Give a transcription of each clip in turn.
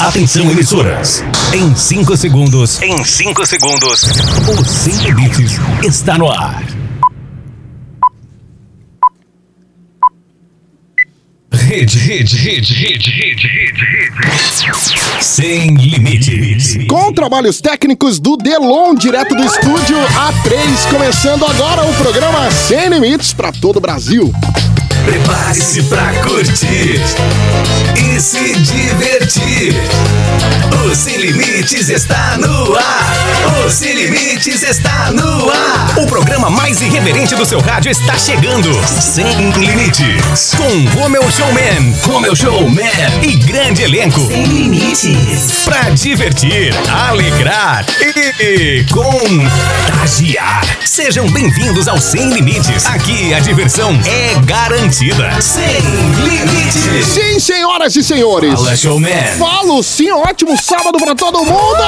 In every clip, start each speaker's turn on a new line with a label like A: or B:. A: Atenção, emissoras. Em 5 segundos. Em 5 segundos. O Sem Limites está no ar. Rede, rede, rede, rede, rede, rede, rede. Sem limites.
B: Com trabalhos técnicos do Delon, direto do estúdio A3, começando agora o programa Sem Limites para todo o Brasil.
A: Prepare-se pra curtir e se divertir. O Sem Limites está no ar. O Sem Limites está no ar. O programa mais irreverente do seu rádio está chegando. Sem Limites. Com Romeu Showman. Romeu Showman. E grande elenco. Sem Limites. Pra divertir, alegrar e contagiar. Sejam bem-vindos ao Sem Limites. Aqui a diversão é garantida. Sem Limites.
B: Sim, senhoras e senhores.
A: Fala, Showman.
B: Falo sim, ótimo sábado pra todo mundo!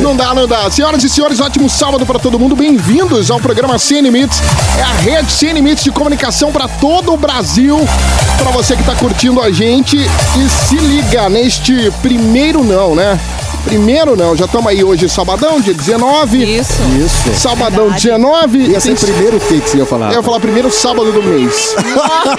B: Não dá, não dá. Senhoras e senhores, ótimo sábado pra todo mundo. Bem-vindos ao programa Sem Limites. É a rede Sem Limites de comunicação pra todo o Brasil. Pra você que tá curtindo a gente e se liga neste primeiro não, né? Primeiro não, já estamos aí hoje, sabadão, dia 19.
C: Isso.
B: Isso. Sabadão 19.
D: Ia ser primeiro o que que você ia falar?
B: Eu ia falar primeiro sábado do mês.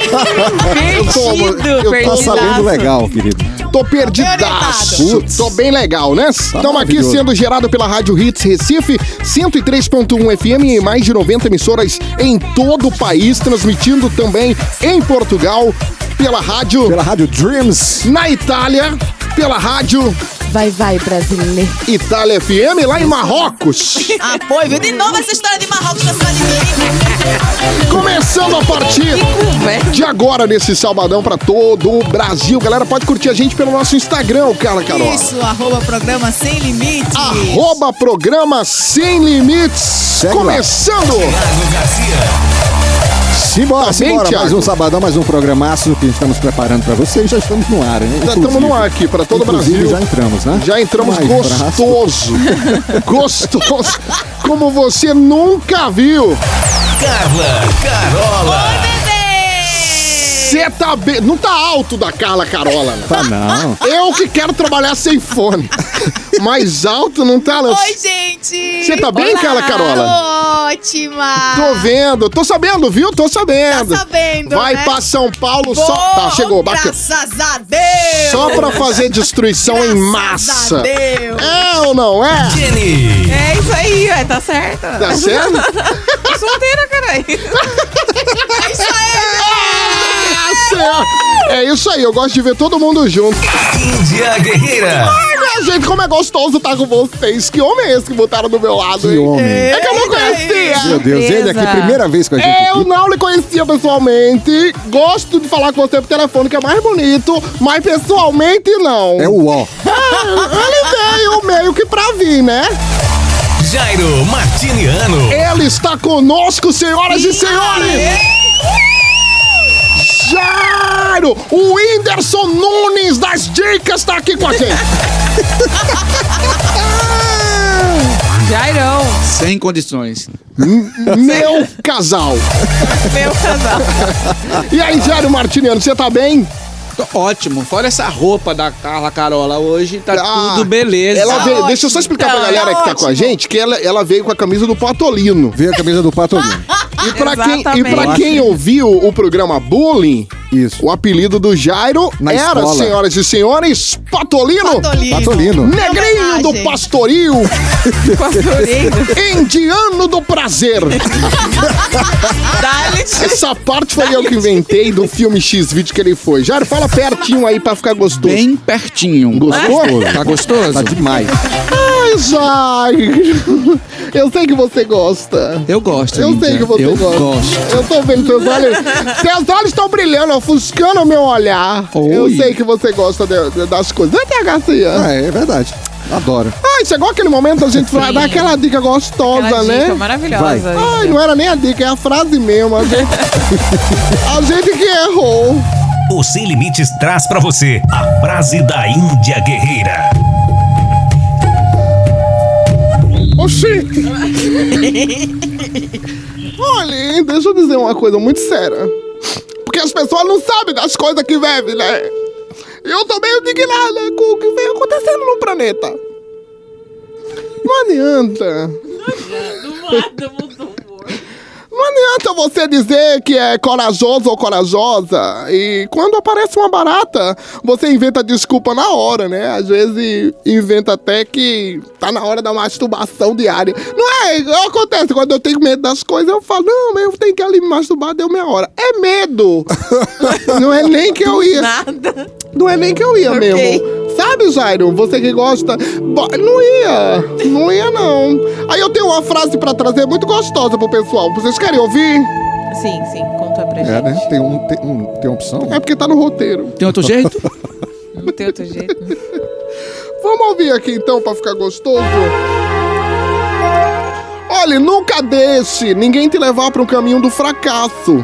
C: Perdido,
B: eu tô
D: Tá
C: perdidaço.
D: sabendo legal, querido.
B: Tô perdidaço.
D: Putz.
B: Tô bem legal, né? Estamos aqui
D: maravilhoso.
B: sendo gerado pela Rádio Hits Recife, 103.1 FM um e mais de 90 emissoras em todo o país, transmitindo também em Portugal pela rádio,
D: Pela rádio Dreams.
B: na Itália, pela rádio
C: Vai, vai, brasileiro.
B: Itália FM, lá em Marrocos.
C: Apoio. De novo essa história de Marrocos na cidade de
B: Começando a partir
C: Conversa.
B: de agora nesse sabadão pra todo o Brasil. Galera, pode curtir a gente pelo nosso Instagram, o Carla Carola.
E: É Isso, arroba programa Sem Limites.
B: Arroba programa Sem Limites. Começando!
A: Thiago Garcia.
D: Simbora, simbora.
B: Tá Thiago.
D: Mais um sabadão, mais um programaço que estamos preparando pra vocês. Já estamos no ar, hein?
B: Já
D: Inclusive.
B: estamos no ar aqui pra todo o
D: Inclusive,
B: Brasil.
D: já entramos, né?
B: Já entramos
D: Mais braço.
B: gostoso. gostoso. Como você nunca viu.
A: Carla Carola.
B: Você tá bem. Não tá alto da Carla Carola, né?
D: Tá não.
B: Eu que quero trabalhar sem fone. Mas alto não tá, não.
E: Oi, gente!
B: Você tá bem,
C: Olá.
B: Carla Carola?
E: Tô Ótima!
B: Tô vendo, tô sabendo, viu? Tô sabendo.
E: Tá sabendo,
B: Vai
E: né?
B: pra São Paulo
E: Bom,
B: só. Tá, chegou, bacana.
E: Graças a Deus!
B: Só pra fazer destruição em
E: Graças
B: massa.
E: a Deus!
B: É ou não é?
A: Jenny.
C: É isso aí, ué, tá certo.
B: Tá certo?
C: Solteira, caralho.
E: É isso aí,
B: Ah, certo. É isso aí, eu gosto de ver todo mundo junto.
A: Índia Guerreira.
B: Ai, minha gente, como é gostoso estar com vocês. Que homem é esse que botaram do meu lado,
D: Que
B: hein?
D: homem.
B: É que eu não
D: Meu
B: conhecia.
D: Deus, ele é aqui,
C: Surpresa.
D: primeira vez com a gente.
B: Eu
D: aqui.
B: não lhe conhecia pessoalmente. Gosto de falar com você por telefone, que é mais bonito, mas pessoalmente não. Ah,
D: É o ó.
B: Ele veio meio que pra vir, né?
A: Jairo Martiniano.
B: Ele está conosco, senhoras e senhores! Jairo! O Whindersson Nunes das Dicas está aqui com a gente!
C: Jairão.
F: Sem condições.
B: Meu casal!
C: Meu casal.
B: E aí, Jairo Martiniano, você tá bem?
F: Tô Então, ótimo. Fora essa roupa da Carla Carola hoje, tá
B: Ah,
F: tudo beleza. Tá
B: Ela veio,
E: ótimo.
B: deixa eu só explicar pra
C: Tá
B: galera que tá com a
C: ótimo.
B: gente que ela, ela veio com a camisa do Patolino.
D: Veio a camisa do Patolino.
B: E pra, quem, e
C: Ah, Exatamente.
B: pra quem ouviu o programa Bullying,
D: Isso.
B: o apelido do Jairo
D: Na
B: era,
D: escola.
B: senhoras e senhores, Patolino!
E: Patolino.
C: É
D: Patolino.
B: Negrinho do
E: Homenagem.
B: Pastoril,
C: Pastorino.
B: indiano do prazer.
C: Dá-lhe.
B: Essa parte foi eu que inventei do filme X vídeo que ele foi. Jairo, fala pertinho aí pra ficar gostoso.
F: Bem pertinho.
B: Gostou?
F: Tá gostoso?
D: Tá demais.
B: Ai, Jairo. Eu sei que você gosta.
F: Eu gosto.
B: Eu
F: Índia.
B: sei que você
F: Eu
B: gosta.
F: gosto.
B: Eu tô vendo seus olhos. seus olhos estão brilhando, ofuscando o meu olhar. Eu
F: Oi.
B: sei que você gosta de- de- das coisas. Vai pegar assim, ó.
D: Ah, é verdade. Adoro.
B: Ai, chegou aquele momento a gente vai dar aquela dica gostosa,
C: Aquela
B: né?
C: Tá dica maravilhosa.
B: Ai, não era nem a dica, é a frase mesmo. A gente, a gente que errou.
A: O Sem Limites traz pra você a frase da Índia Guerreira.
B: Oxi! Olha, deixa eu dizer uma coisa muito séria. Porque as pessoas não sabem das coisas que vivem, né? Eu tô meio indignada com o que vem acontecendo no planeta. Não adianta. Não adianta você dizer que é corajoso ou corajosa. E quando aparece uma barata, você inventa desculpa na hora, né? Às vezes inventa até que tá na hora da masturbação diária. Não é? Acontece, quando eu tenho medo das coisas, eu falo, não, mas eu tenho que ali me masturbar, deu minha hora. É medo! não é nem que eu ia.
C: Nada.
B: Não é nem que eu ia
C: Ok.
B: mesmo. Sabe, Jairo? Você que gosta. Bo- Não ia. Não ia, não. Aí eu tenho uma frase pra trazer muito gostosa pro pessoal. Vocês querem ouvir?
C: Sim, sim, conta pra gente.
D: É, né? Tem, um, tem, um, tem uma opção?
B: É porque tá no roteiro.
F: Tem outro jeito?
C: Não tem outro jeito. né?
B: Vamos ouvir aqui então pra ficar gostoso. Olha, nunca deixe ninguém te levar pra um caminho do fracasso.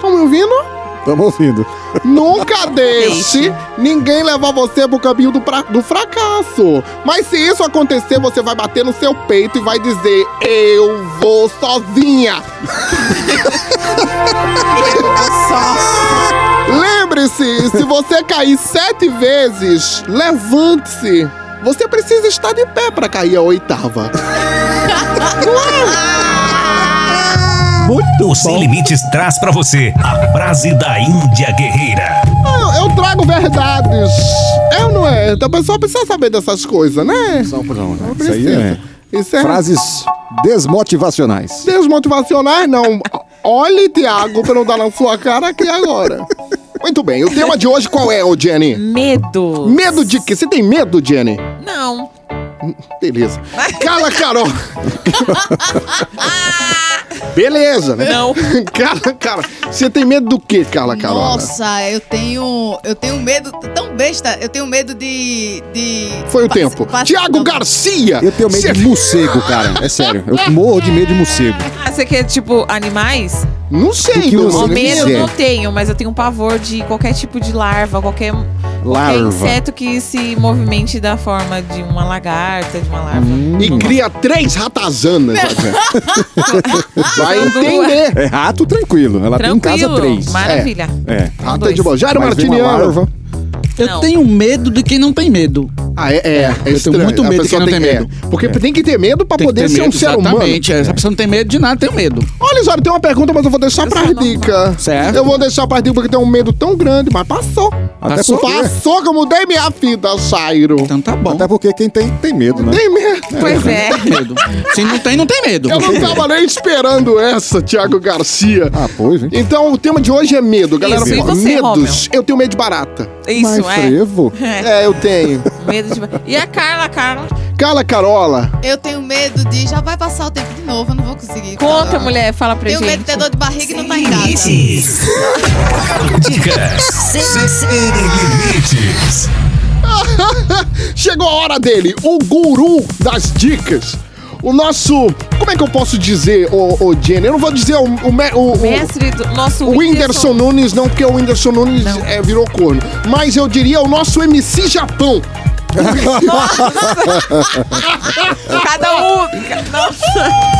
B: Tá me ouvindo?
D: Estamos ouvindo.
B: Nunca deixe ninguém levar você pro caminho do, pra- do fracasso. Mas se isso acontecer, você vai bater no seu peito e vai dizer: Eu vou sozinha. Lembre-se: se você cair sete vezes, levante-se. Você precisa estar de pé pra cair a oitava.
A: O Sem Limites traz pra você a frase da Índia Guerreira.
B: Ah, Eu trago verdades. É ou não é? A pessoa precisa saber dessas coisas, né?
D: Não, não, não. Isso aí
B: Precisa.
D: é.
B: Isso é
D: Frases desmotivacionais.
B: Deus motivacionais, não. Olhe, Tiago, pra não dar na sua cara aqui agora. Muito bem, o tema de hoje qual é, ô Jenny?
C: Medo.
B: Medo de quê? Você tem medo, Jenny?
C: Não.
B: Beleza. Cala, Carol. Beleza, né?
C: Não.
B: Cala, cara. Você tem medo do quê, Cala, Carol?
E: Nossa, eu tenho. Eu tenho medo. Tão besta. Eu tenho medo de. de
B: Foi o
E: passe-
B: tempo.
E: passe-
B: Tiago
E: não,
B: Garcia.
D: Eu tenho medo
B: Cê-
D: de morcego, cara. É sério. Eu morro de medo de morcego.
C: Ah, você quer, tipo, animais?
B: Não sei,
D: Do que é.
B: do-
D: você-
C: Ó,
D: Sim,
C: medo
D: sim.
C: eu não tenho, mas eu tenho um pavor de qualquer tipo de larva, qualquer, qualquer
D: Larva.
C: inseto que se movimente da forma de uma lagarta, de uma larva.
B: E cria três ratazanas. Vai entender.
D: É rato, tranquilo. Ela tem em casa três.
C: Maravilha.
D: É.
B: Rata de
C: Dois.
B: boa. Jairo
D: Mas vem uma
B: Martiniano.
D: larva.
F: Eu
C: Não.
F: tenho medo de quem não tem medo.
B: Ah, é, é, é estranho.
F: muito
B: A
F: medo de
B: pessoa
F: quem não tem
B: é,
F: medo.
B: porque tem que ter medo pra
F: Tem que
B: poder
F: ter
B: ser um
F: medo,
B: ser humano.
F: Exatamente. Essa pessoa não tem medo de nada, tem medo.
B: Olha, Zóio, tem uma pergunta, mas eu vou deixar
C: sou
B: pras
C: normal.
B: dicas.
F: Certo.
B: Eu vou deixar pras dicas porque tem um medo tão grande, mas passou.
D: Até
B: passou.
D: porque-
B: Passou que eu mudei minha vida, Jairo.
F: É. Então tá bom.
D: Até porque quem tem, tem medo, né?
B: Tem medo.
C: Pois é.
F: Tem medo. Se não tem, não tem medo.
B: Eu não tava nem esperando essa, Thiago Garcia.
D: Ah, pois, hein?
B: Então, o tema de hoje é medo, galera.
C: Isso, e você,
B: Medos.
C: Romeu?
B: Eu tenho medo de barata.
D: Mas
C: Isso, é.
D: frevo.
C: é.
B: É, eu tenho.
C: Medo de. E a Carla, Carla?
B: Cala, Carola.
E: Eu tenho medo de. Já vai passar o tempo de novo, eu não vou conseguir. tá?
C: Conta, mulher, fala pra
E: Tenho
C: gente.
E: medo de ter dor de barriga e não tá em casa.
A: Dicas Sem Limites.
B: Chegou a hora dele, o guru das dicas. O nosso. Como é que eu posso dizer, ô, ô Jenny? Eu não vou dizer o. o, me- o- o-
C: Mestre do nosso
B: o Whindersson Nunes, não, porque o Whindersson Nunes
C: Não.
B: é, virou corno. Mas eu diria o nosso MC Japão.
C: Cada um. Nossa.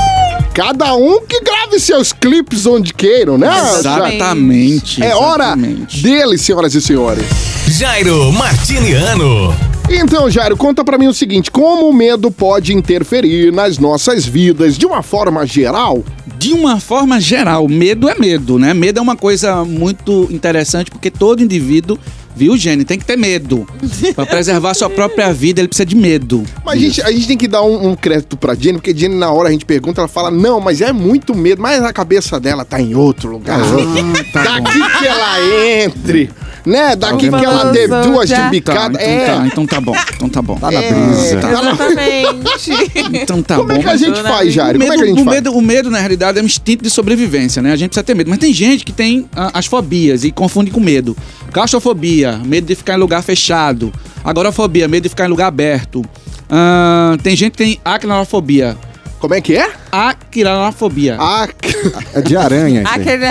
B: Cada um que grave seus clipes onde queiram, né?
F: Exatamente.
B: É hora
F: exatamente.
B: dele, senhoras e senhores.
A: Jairo Martiniano.
B: Então, Jairo, conta pra mim o seguinte: como o medo pode interferir nas nossas vidas de uma forma geral?
F: De uma forma geral, medo é medo, né? Medo é uma coisa muito interessante porque todo indivíduo, viu, Gene, tem que ter medo. Pra preservar sua própria vida, ele precisa de medo.
B: Mas a gente, a gente tem que dar um, um crédito pra Jenny, porque Jenny, na hora a gente pergunta, ela fala, não, mas é muito medo, mas a cabeça dela tá em outro lugar. Daqui que ela entre, né? Daqui que ela dê
C: Vamos
B: duas
C: já.
F: Tá, então
B: chumbicadas. É,
F: tá, então tá bom. Então tá bom.
D: Tá na brisa.
B: tá.
C: Exatamente.
F: Então tá
B: Como
F: bom.
B: é que a
F: mas-
B: gente
C: Dona
B: faz, Jairo?
F: O
B: Como é que a
F: medo,
B: gente
F: o,
B: faz?
F: medo, o medo, na realidade, é um instinto de sobrevivência, né? A gente precisa ter medo. Mas tem gente que tem ah, as fobias e confunde com medo. Claustrofobia, medo de ficar em lugar fechado. Agorafobia, medo de ficar em lugar aberto. Ah, tem gente que tem acrinofobia.
B: Como é que é?
F: Acrinofobia.
B: Ah,
D: É de aranha. gente.
C: Aquele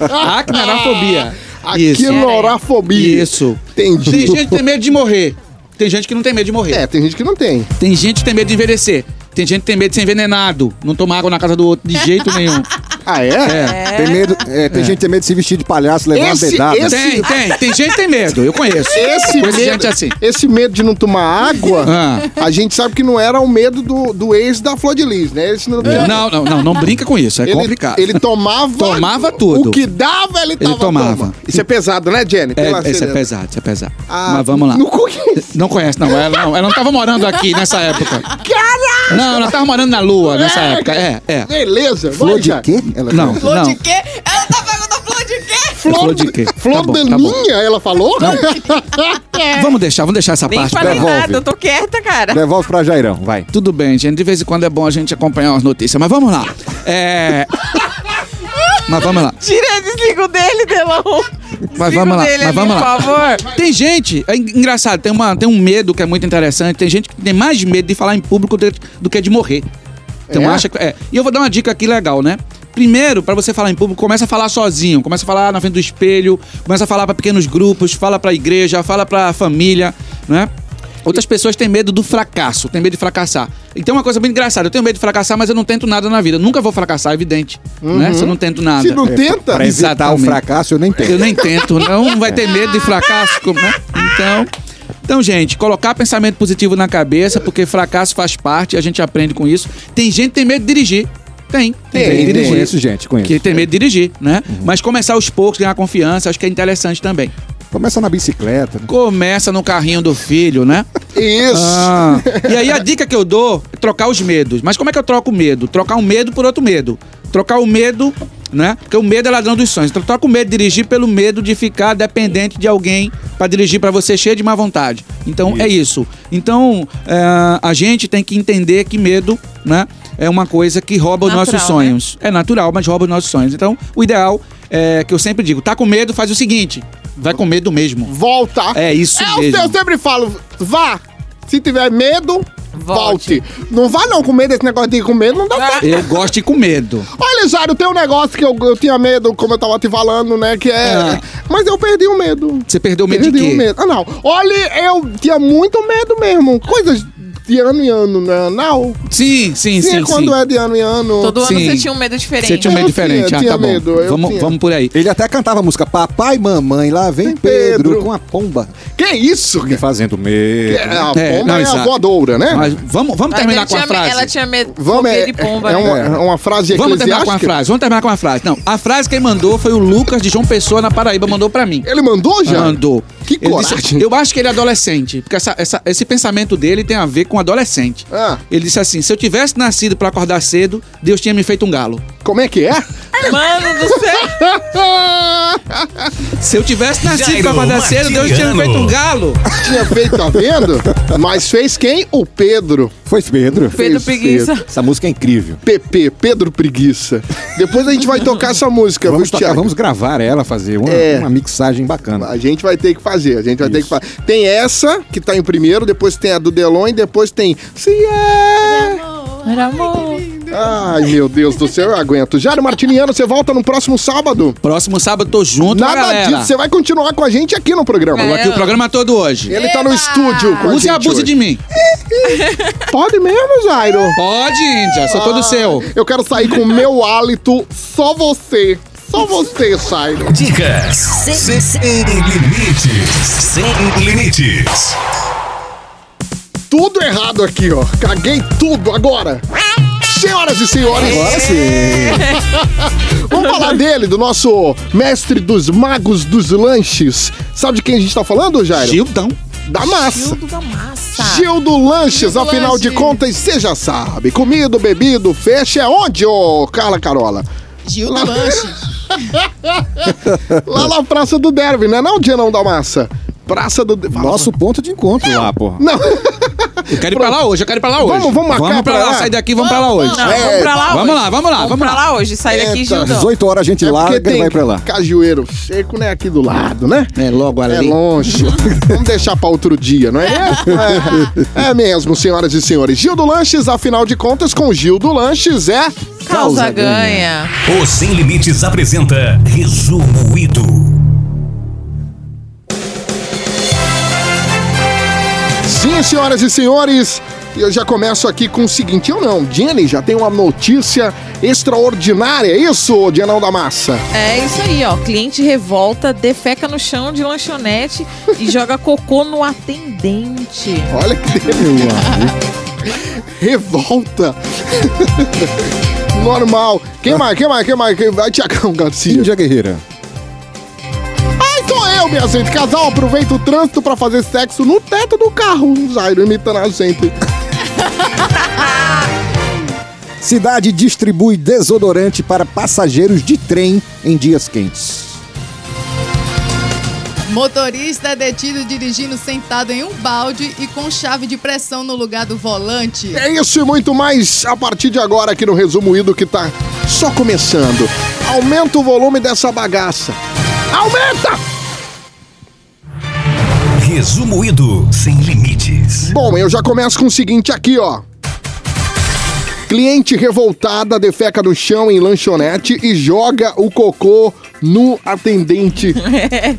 B: Ah.
F: Acrinofobia.
B: quinorafobia.
F: Isso.
B: Ah. Entendi.
F: Tem gente que tem medo de morrer. Tem gente que não tem medo de morrer.
B: É, tem gente que não tem.
F: Tem gente que tem medo de envelhecer. Tem gente que tem medo de ser envenenado. Não tomar água na casa do outro de jeito nenhum.
D: Ah, é?
F: É.
D: Tem, medo, é, tem gente que tem medo de se vestir de palhaço, levar
B: Esse-
D: uma dedada.
B: esse-
F: Tem, tem. Tem gente que tem medo. Eu conheço.
B: Esse
F: conheço gente
B: medo,
F: assim.
B: esse medo de não tomar água,
F: Ah.
B: a gente sabe que não era o medo do, do ex da Flor de Lis, né? Esse não,
F: Não, não, não. Não brinca com isso. É
B: ele,
F: complicado.
B: Ele tomava.
F: Tomava tudo.
B: O que dava, ele, tava
F: tomava.
B: toma. Isso é pesado, né, Jenny?
F: É,
B: Pela
F: isso é
B: acidez.
F: pesado, isso é pesado.
B: Ah,
F: Mas vamos lá.
B: No cookies.
F: Não conhece, não. Ela, não. ela não tava morando aqui nessa época. Caraca! Não, ela tava morando na lua nessa
B: É.
F: época. É, é.
B: Beleza.
D: Flor
B: vai,
D: de
B: Jane.
D: quê? Ela
F: Não,
E: Flor
F: não.
E: de quê? Ela tá perguntando flor de quê?
F: Flor, de quê?
B: Flor
F: Tá bom, tá bom.
B: daninha, ela falou?
F: Vamos deixar, vamos deixar essa
C: Nem
F: parte.
C: falei
D: devolve.
C: nada, eu tô quieta, cara.
D: Devolve pra Jairão, vai.
F: Tudo bem, gente. De vez em quando é bom a gente acompanhar as notícias, mas vamos lá. É. Mas vamos lá.
C: Tira, desliga o dele, Delon. Desliga
F: vamos
C: o
F: lá,
C: dele
F: mas
C: ali,
F: vamos lá.
C: Por favor.
F: Tem gente, é en- engraçado, tem, uma, tem um medo que é muito interessante. Tem gente que tem mais medo de falar em público do, do que de morrer. Então
B: É?
F: acha que. É. E eu vou dar uma dica aqui legal, né? Primeiro, pra você falar em público, começa a falar sozinho, começa a falar na frente do espelho, começa a falar pra pequenos grupos, fala pra igreja, fala pra família, né? Outras pessoas têm medo do fracasso, têm medo de fracassar. E tem uma coisa bem engraçada, eu tenho medo de fracassar, mas eu não tento nada na vida. Eu nunca vou fracassar, é evidente, né? Se eu não tento nada.
B: Uhum. Se não tenta.
D: É, Pra evitar
F: Exatamente.
D: o fracasso, eu nem
F: Eu
D: tenho.
F: nem tento, não vai ter medo de fracasso, como, né? Então, então, gente, colocar pensamento positivo na cabeça, porque fracasso faz parte, a gente aprende com isso. Tem gente que tem medo de dirigir. Tem, tem, gente que dirigir.
D: Conheço, gente, conheço. Uhum.
F: Que tem medo de dirigir, né? Mas começar aos poucos, ganhar confiança, acho que é interessante também.
D: Começa na bicicleta, né?
F: Começa no carrinho do filho, né?
B: Isso.
F: Ah, e aí a dica que eu dou é trocar os medos. Mas como é que eu troco o medo? Trocar um medo por outro medo. Trocar o medo, né? Porque o medo é ladrão dos sonhos. Então troca o medo de dirigir pelo medo de ficar dependente de alguém pra dirigir pra você cheio de má vontade. Então é isso. Então é, a gente tem que entender que medo, né? É uma coisa que rouba os
C: Natural,
F: nossos
C: né?
F: sonhos sonhos. É natural, mas rouba os nossos sonhos. Então, o ideal é que eu sempre digo: tá com medo, faz o seguinte. Vai com medo mesmo.
B: Volta.
F: É isso
B: É o
F: mesmo.
B: que eu sempre falo. Vá. Se tiver medo, volte.
C: Volte.
B: Não vá não com medo, esse negócio de ir com medo não dá
D: É.
B: certo.
F: Eu gosto de ir com medo.
B: Olha, Jário, tem um negócio que eu, eu tinha medo, como eu tava te falando, né? Que é.
F: Ah.
B: Mas eu perdi o medo.
F: Você perdeu o medo
B: perdi
F: de quê?
B: o medo. Ah, não. Olha, eu tinha muito medo mesmo. Coisas de ano em ano, né? Não.
F: Sim, sim,
B: Sim,
F: sim.
B: quando
F: sim.
B: é de ano em ano.
C: Todo ano
F: Sim.
C: você tinha um medo diferente.
F: Você tinha um medo
B: Eu tinha,
F: diferente. ah,
B: tinha
F: tá bom.
B: medo, eu
F: vamos,
B: tinha.
F: vamos por aí.
D: Ele até cantava a música Papai e Mamãe, lá vem Pedro,
B: Pedro.
D: com a pomba.
B: Que isso?
D: Me fazendo medo.
B: É, a
F: É,
B: pomba
F: não,
B: é, a
F: exato.
B: voadora, né?
F: Mas vamos, vamos
C: Mas
F: terminar
C: ele
F: com a
C: tinha me-
F: frase.
C: Ela tinha medo
B: Vamos, é,
C: de pomba,
B: é,
C: né?
B: uma,
F: um-
B: é uma frase
F: Vamos terminar com a
B: eclesiástica.
F: frase. Vamos terminar com a frase. Não, a frase quem mandou foi o Lucas de João Pessoa na Paraíba, mandou pra mim.
B: Ele mandou já?
F: Andou.
B: Que
F: Ele disse-
B: coragem.
F: eu acho que ele é adolescente, porque essa- essa- esse pensamento dele tem a ver com adolescente.
B: Ah.
F: Ele disse assim: se eu tivesse nascido pra acordar cedo, Deus tinha me feito um galo.
B: Como é que é?
C: Mano do céu.
F: Se eu tivesse nascido
A: Jairo
F: pra acordar cedo, Deus tinha me
A: Martiniano.
F: feito um galo.
B: tinha feito, tá vendo? Mas fez quem? O Pedro.
D: Foi
C: Pedro
D: Pedro.
B: Fez
C: Preguiça.
D: Essa música é incrível.
B: PP, Pedro Preguiça. Depois a gente vai tocar essa música,
D: Vamos,
B: viu,
D: tocar,
B: Thiago?
D: vamos gravar ela, fazer uma,
B: É.
D: uma mixagem bacana.
B: A gente vai ter que fazer, a gente vai ter que
D: Isso.
B: fazer. Tem essa, que tá em primeiro, depois tem a do Delon e depois tem. Se é.
C: Era amor.
B: Ai, meu Deus do céu, eu aguento. Jário Martiniano, você volta no próximo sábado?
F: Próximo sábado tô junto, com a
B: Nada
F: galera.
B: disso, você vai continuar com a gente aqui no programa.
F: Tô aqui o programa é todo hoje.
B: Ele tá no estúdio com a
F: Use e
B: gente
F: abuse
B: hoje.
F: de mim.
B: Pode mesmo, Jairo?
F: Pode, Índia, sou todo seu.
B: Eu quero sair com o meu hálito, só você. Só você, Jairo.
A: Dicas sem, limites. Sem limites.
B: Tudo errado aqui, ó. Caguei tudo agora. Senhoras e senhores, É. vamos falar dele, do nosso mestre dos magos dos lanches. Sabe de quem a gente tá falando, Jairo?
F: Gildão.
B: Da massa.
C: Gildo da massa.
B: Gildo Lanches,
E: Gildo
B: afinal de
E: Lanches.
B: contas, você já sabe. Comido, bebido, fecha é onde, ô Carla Carola?
E: Gil do Lanches.
B: Lá na Praça do Derby, não é não, dia não da massa? Praça do...
D: Nosso ponto de encontro lá, porra.
B: Não,
F: Eu quero ir pra lá hoje, eu quero ir pra lá hoje.
B: Vamos- vamos marcar
F: Vamos pra
B: pra
F: lá,
B: lá.
F: sai daqui, vamos pra lá
C: Não,
F: hoje.
C: vamos pra lá hoje.
F: É, Vamos lá, vamos lá,
C: Vamos
F: vamos
C: pra
F: lá.
C: lá hoje. Sai daqui,
B: Eita,
C: Gildão.
D: 18 horas a gente
B: é
D: larga
B: porque
D: e
B: tem
D: vai pra lá.
B: cajueiro seco, né, aqui do lado, né?
F: É logo ali.
B: É longe. Vamos deixar pra outro dia, não é? É, é mesmo, senhoras e senhores. Gil do Lanches, afinal de contas, com Gil do Lanches é.
C: Causa ganha.
A: O Sem Limites apresenta Resumo Ido.
B: Sim, senhoras e senhores. E eu já começo aqui com o seguinte: eu não, Jenny já tem uma notícia extraordinária, é isso, Dienão da Massa?
C: É isso aí, ó. Cliente revolta, defeca no chão de lanchonete e joga cocô no atendente.
B: Olha que revolta. Normal. Quem mais? Quem mais? Quem mais? Quem... Vai, Tiagão Garcia.
D: Índia Guerreira.
B: Ai, sou eu, minha gente. Casal aproveita o trânsito pra fazer sexo no teto do carro. Jairo imitando a gente.
D: Cidade distribui desodorante para passageiros de trem em dias quentes.
E: Motorista é detido dirigindo sentado em um balde e com chave de pressão no lugar do volante.
B: É isso e muito mais a partir de agora aqui no Resumo Ido que tá só começando. Aumenta o volume dessa bagaça. Aumenta!
A: Resumo Ido Sem Limites.
B: Bom, eu já começo com o seguinte aqui, ó. Cliente revoltada defeca no chão em lanchonete e joga o cocô no atendente.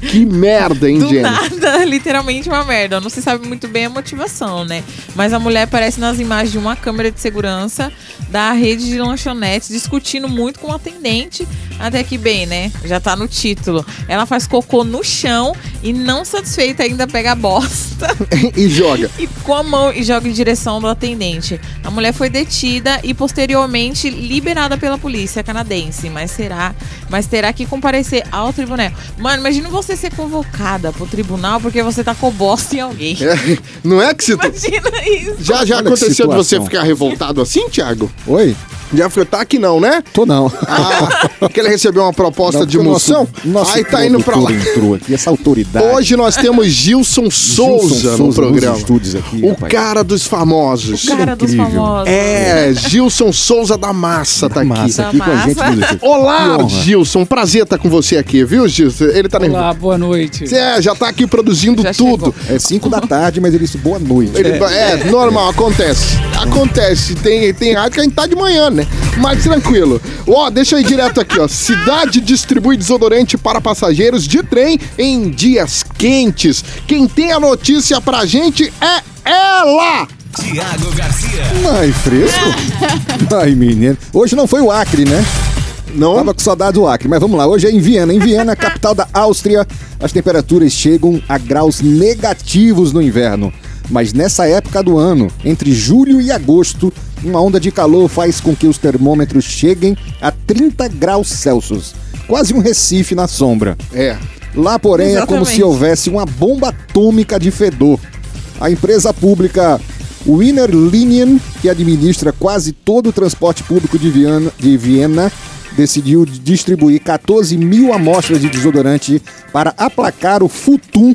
B: que merda, hein,
C: Do
B: Jenny?
C: nada, literalmente uma merda. Não se sabe muito bem a motivação, né? Mas a mulher aparece nas imagens de uma câmera de segurança da rede de lanchonetes, discutindo muito com o atendente. Até que bem, né? Já tá no título. Ela faz cocô no chão e, não satisfeita, ainda pega a bosta
B: e joga.
C: e com a mão e joga em direção do atendente. A mulher foi detida e posteriormente liberada pela polícia canadense, mas será, mas terá que comparecer ao tribunal. Mano, imagina você ser convocada pro tribunal porque você tá com bosta em alguém.
B: É, não é que se...
C: Imagina isso.
B: Já, já
D: Olha que
B: aconteceu de você
D: situação.
B: ficar revoltado assim, Thiago?
D: Oi?
B: Já ficou, tá aqui não, né?
D: Tô não.
B: Ah, que ele recebeu uma proposta
D: Não, assim?
B: de
D: porque
B: moção,
D: Nosso, nosso
B: aí tá indo pra lá.
D: produtor entrou aqui, essa autoridade.
B: Hoje nós temos Gilson Souza no
D: Souza
B: programa.
D: nos estúdios aqui,
B: o
D: rapaz.
B: cara dos famosos.
C: Cara dos
D: incrível.
C: famosos.
B: É, Gilson Souza da Massa tá
D: Massa aqui
C: Da
D: com a gente.
C: massa.
D: Luiz.
B: Olá,
D: Que honra.
B: Gilson. Prazer estar com você aqui, viu, Gilson? Ele tá nervoso.
G: Olá, boa noite.
B: É, já tá aqui produzindo
C: Já
B: tudo.
D: É 5 da tarde, mas ele disse boa noite.
B: Ele- é, normal, acontece. Acontece. Tem, tem rádio que a gente tá de manhã, né? Mas tranquilo. Ó, deixa eu ir direto aqui, ó. Cidade distribui desodorante para passageiros de trem em dias quentes. Quem tem a notícia pra gente é ela!
A: Tiago Garcia.
D: Ai, fresco? Ai, menino. Hoje não foi o Acre, né?
B: Não?
D: Tava com saudade do Acre, mas vamos lá. Hoje é em Viena. Em Viena, capital da Áustria, as temperaturas chegam a graus negativos no inverno. Mas nessa época do ano, entre julho e agosto, uma onda de calor faz com que os termômetros cheguem a 30 graus Celsius. Quase um Recife na sombra.
B: É.
D: Lá, porém, é como
C: Exatamente.
D: se houvesse uma bomba atômica de fedor. A empresa pública Wiener Linien, que administra quase todo o transporte público de Viana- de Viena, decidiu distribuir 14 mil amostras de desodorante para aplacar o futum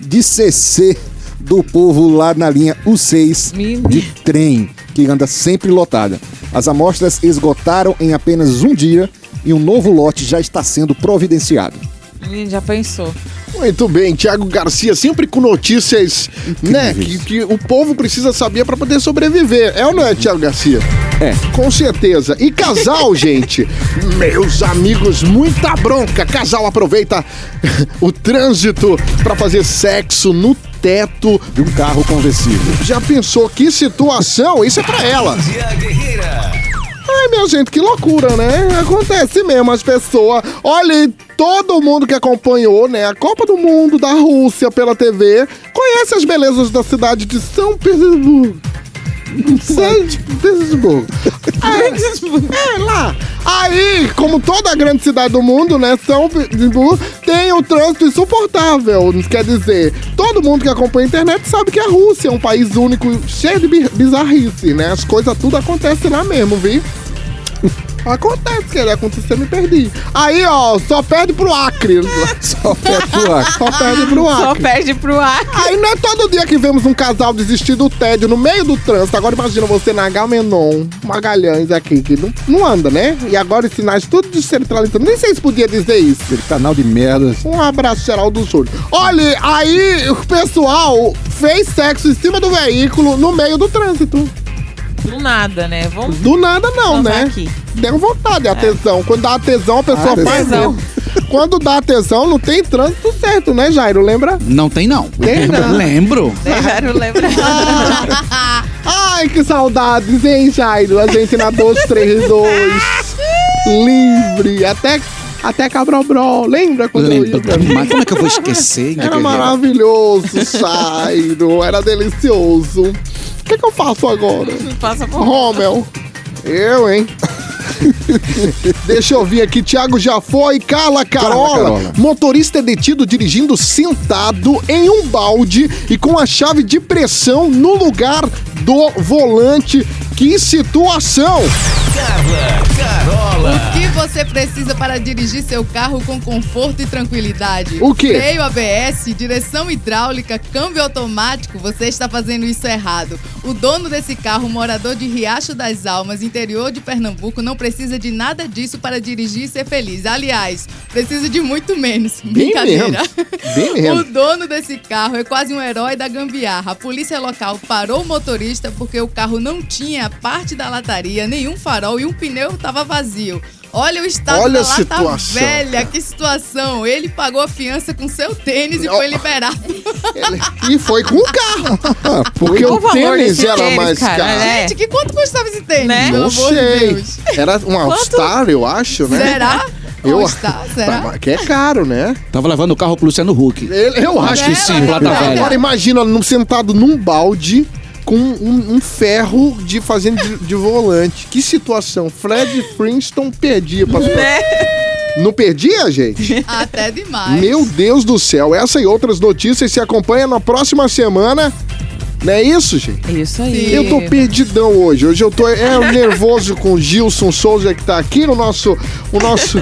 D: de CC do povo lá na linha U6
C: Menino.
D: de trem, que anda sempre lotada. As amostras esgotaram em apenas um dia e um novo lote já está sendo providenciado.
C: Menino, já pensou.
B: Muito bem, Thiago Garcia, sempre com notícias, né? Que, que o povo precisa saber pra poder sobreviver. É ou não é, Thiago Garcia?
D: É.
B: Com certeza. E casal, gente, meus amigos, muita bronca. Casal aproveita o trânsito pra fazer sexo no teto.
D: de um carro conversível.
B: Já pensou que situação? Isso é pra ela.
A: Dia Guerreira.
B: Ai, minha gente, que loucura, né? Acontece mesmo, as pessoas. Olha, e todo mundo que acompanhou, né, a Copa do Mundo da Rússia pela TV, conhece as belezas da cidade de São Petersburgo. São Petersburgo. Aí, é, lá. Aí, como toda grande cidade do mundo, né, São Petersburgo tem o trânsito insuportável. Quer dizer, todo mundo que acompanha a internet sabe que a Rússia é um país único, cheio de bi- bizarrice, né? As coisas tudo acontecem lá mesmo, viu? Acontece, queria acontecer, me perdi. Aí, ó, só perde pro Acre.
D: Só perto
B: Só perde pro
C: Só
B: Acre.
C: perde pro ar.
B: Aí não é todo dia que vemos um casal desistir do tédio no meio do trânsito. Agora imagina você na Agamenon, Magalhães aqui, que não, não anda, né? E agora os sinais tudo descentralizando. Nem sei se podia dizer isso.
D: aquele canal de merdas.
B: Um abraço geral do Júlio. Olha, aí o pessoal fez sexo em cima do veículo no meio do trânsito.
C: Do nada, né? Vamos
B: Do nada não,
C: Não tá
B: né?
C: aqui.
B: Deu vontade, é atenção. Quando dá atenção, a pessoa
D: Ah,
B: faz.
C: atenção.
B: mesmo. Quando dá atenção, não tem trânsito certo, né, Jairo? Lembra?
F: Não tem, não.
B: Tem, não.
F: Lembro.
C: deixar eu lembrar.
B: Ah, Ai, que saudades, hein, Jairo? A gente na 232. Livre. Até, até Cabrobrol. Lembra quando eu ia pra
F: Lembra, mas como é que eu vou esquecer? né,
B: Era
F: guerreiro?
B: maravilhoso, Jairo. Era delicioso. O que, que eu faço agora?
C: Passa por
B: Rommel. Eu, hein? Deixa eu ver aqui, Thiago já foi, Carla Carola,
D: Carola.
B: Motorista é detido dirigindo sentado em um balde e com a chave de pressão no lugar do volante. Que situação!
A: Carla Carola.
E: O que você precisa para dirigir seu carro com conforto e tranquilidade?
B: O quê?
E: Freio ABS, direção hidráulica, câmbio automático. Você está fazendo isso errado. O dono desse carro, morador de Riacho das Almas, interior de Pernambuco, não precisa de nada disso para dirigir e ser feliz. Aliás, precisa de muito menos. Brincadeira.
B: menos. Bem menos.
E: O dono desse carro é quase um herói da gambiarra. A polícia local parou o motorista porque o carro não tinha parte da lataria, nenhum farol e um pneu estava vazio. Olha o estado
B: Olha a
E: da lata
B: situação,
E: velha, que situação. Ele pagou a fiança com seu tênis e foi liberado.
B: Ele- E foi com o carro, porque
C: Qual
B: o
C: o valor
B: tênis
C: desse
B: era
C: tênis,
B: mais
C: cara?
B: caro.
C: É.
E: Gente, que quanto custava esse tênis?
C: Né?
E: Pelo
B: Não
E: amor de
B: sei.
E: Deus.
B: Era um All-Star, eu acho, né?
E: Será?
B: Eu-
E: Ou está?
B: Tá,
E: Será?
B: mas que é caro, né?
F: Tava levando o carro pro Luciano Huck.
B: Ele- Eu acho
F: Acho que sim,
E: Ela-
F: lata
E: Ela-
F: velha.
B: Agora imagina num- sentado num balde com um, um ferro de fazendo de, de volante. Que situação. Fred Princeton perdia. Pra...
E: Né?
B: Não perdia, gente?
E: Até demais.
B: Meu Deus do céu. Essa e outras notícias se acompanham na próxima semana. Não é isso, gente?
C: Isso aí.
B: Eu tô perdidão hoje. Hoje eu tô é, nervoso com o Gilson Souza que tá aqui, o nosso, o nosso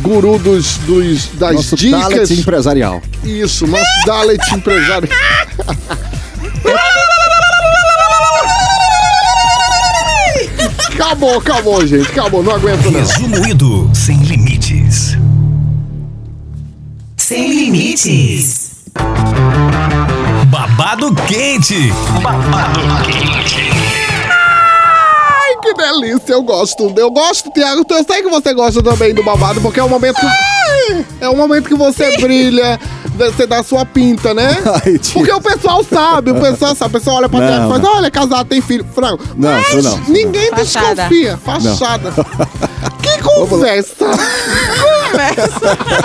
B: guru dos, dos- das
D: Nosso
B: dicas.
D: talent empresarial.
B: Isso, nosso Dalet empresário. acabou, acabou, gente. Acabou, não aguento não.
A: Resumo ido sem limites. Sem limites. Babado quente. Babado quente.
B: Ai, que delícia, eu gosto. Eu gosto, Tiago. Eu sei que você gosta também do babado, porque é o momento que. Ai, É o momento que você brilha, você dá sua pinta, né?
D: Ai, Tiago.
B: Porque o pessoal sabe, o pessoal sabe, o pessoal olha pra
D: Não,
B: Tiago e faz,
D: não.
B: olha, casado, tem filho. Frango.
D: Não,
B: Mas
D: não.
B: ninguém
C: Fachada.
B: desconfia. Fachada. Que conversa!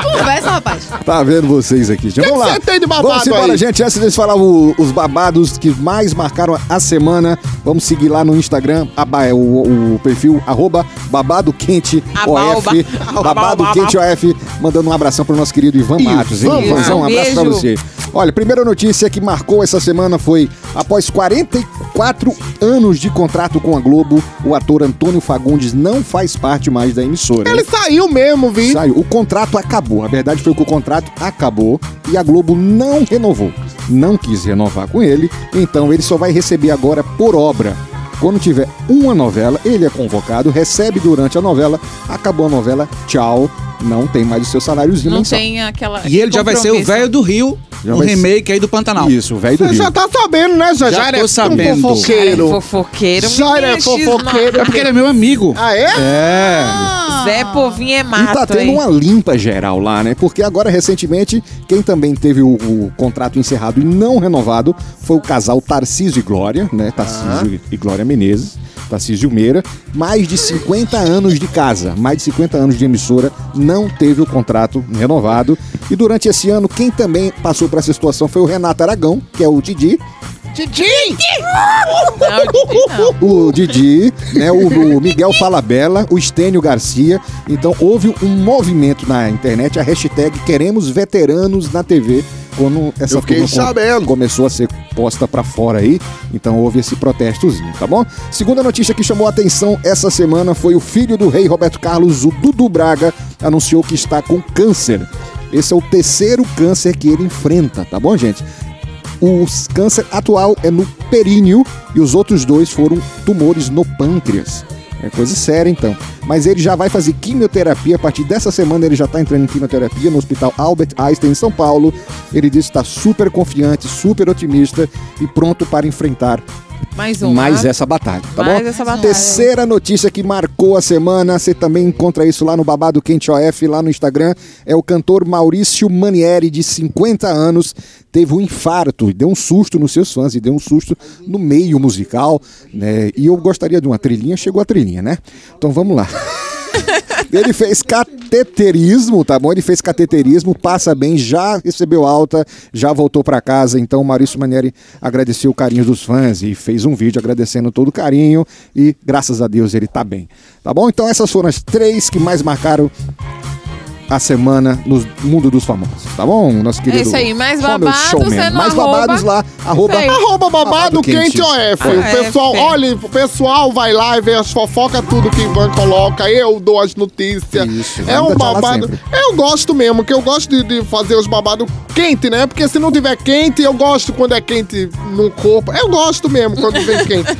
E: Conversa, rapaz.
D: Tá vendo vocês aqui. gente.
B: Que
D: Vamos
B: que
D: lá.
B: você tem de babado
D: Vamos embora,
B: aí?
D: gente. Antes de falar o- os babados que mais marcaram a semana, vamos seguir lá no Instagram, a ba- o, o perfil arroba babado quente
C: Abalba.
D: OF.
C: Abalba.
D: Babado quente OF. Mandando um abração pro nosso querido Ivan
B: Ivan,
D: Matos. hein?
B: Ivan,
D: Ivanzão, um abraço pra
C: beijo.
D: você. Olha, primeira notícia que marcou essa semana foi: após 44 anos de contrato com a Globo, o ator Antônio Fagundes não faz parte mais da emissora.
B: Ele saiu mesmo, vi.
D: Saiu. O contrato acabou. A verdade foi que o contrato acabou e a Globo não renovou. Não quis renovar com ele, então ele só vai receber agora por obra. Quando tiver uma novela, ele é convocado, recebe durante a novela, acabou a novela, tchau, não tem mais o seu saláriozinho
C: Não
D: mensal.
C: tem aquela.
F: E ele já vai ser o
C: compromisso.
F: velho do Rio,
D: Já
F: o
D: vai ser-
F: remake aí do Pantanal.
D: Isso, velho do
B: Você
D: Rio.
B: já tá sabendo, né, Zé?
F: Já
B: Jairo
F: tô
B: é
F: sabendo.
B: Um fofoqueiro.
F: um
C: Fofoqueiro.
B: Jairo é
C: menino,
B: fofoqueiro.
F: É porque ele é meu amigo.
B: Ah, é?
D: É.
E: Ah.
C: Zé Povinho é
D: E
C: mato,
D: tá tendo
C: hein?
D: uma limpa geral lá, né? Porque agora, recentemente, quem também teve o, o contrato encerrado e não renovado foi o casal Tarcísio e Glória,
C: Ah.
D: né? Tarcísio e Glória Menezes, Tarcísio Meira. Mais de 50 anos de casa, mais de 50 anos de emissora, não teve o contrato renovado. E durante esse ano, quem também passou por essa situação foi o Renato Aragão, que é o Didi,
B: Didi!
C: Não, não.
D: o Didi, né, o, o Miguel Falabella, o Estênio Garcia. Então houve um movimento na internet, a hashtag Queremos Veteranos na TV. Quando essa
B: Eu fiquei
D: turma com-
B: sabendo.
D: começou a ser posta pra fora aí, então houve esse protestozinho, tá bom? Segunda notícia que chamou a atenção essa semana foi o filho do rei Roberto Carlos, o Dudu Braga, anunciou que está com câncer. Esse é o terceiro câncer que ele enfrenta, tá bom, gente? O câncer atual é no períneo e os outros dois foram tumores no pâncreas. É coisa séria, então. Mas ele já vai fazer quimioterapia. A partir dessa semana, ele já está entrando em quimioterapia no Hospital Albert Einstein, em São tá Paulo. Ele diz que está super confiante, super otimista e pronto para enfrentar
C: Mais uma.
D: mais essa batalha, tá
C: Mais
D: bom?
C: essa batalha.
D: Terceira notícia que marcou a semana, você também encontra isso lá no Babado Quente OF, lá no Instagram, é o cantor Maurício Manieri, de 50 anos, teve um infarto, e deu um susto nos seus fãs, e deu um susto no meio musical, né? E eu gostaria de uma trilhinha, chegou a trilhinha, né? Então vamos lá. Ele fez cateterismo, tá bom? Ele fez cateterismo, passa bem, já recebeu alta, já voltou pra casa. Então, o Maurício Manieri agradeceu o carinho dos fãs e fez um vídeo agradecendo todo o carinho. E graças a Deus ele tá bem, tá bom? Então, essas foram as três que mais marcaram a semana no mundo dos famosos, tá bom? Nosso querido.
C: É isso aí, mais
D: Ronald
C: babados,
D: Showman.
C: é no
D: Mais
C: arroba.
D: babados lá, arroba.
C: aí.
B: Arroba babado
D: Babado
B: quente
D: quente.
B: OF.
C: OF.
B: O pessoal, olha, o pessoal vai lá e vê as fofocas, tudo que Ivan coloca. Eu dou as notícias.
D: Isso,
B: é
D: ainda
B: um
D: tá lá
B: babado.
D: sempre.
B: Eu gosto mesmo, que eu gosto de, de fazer os babados quente, né? Porque se não tiver quente, eu gosto quando é quente no corpo. Eu gosto mesmo quando vem quente.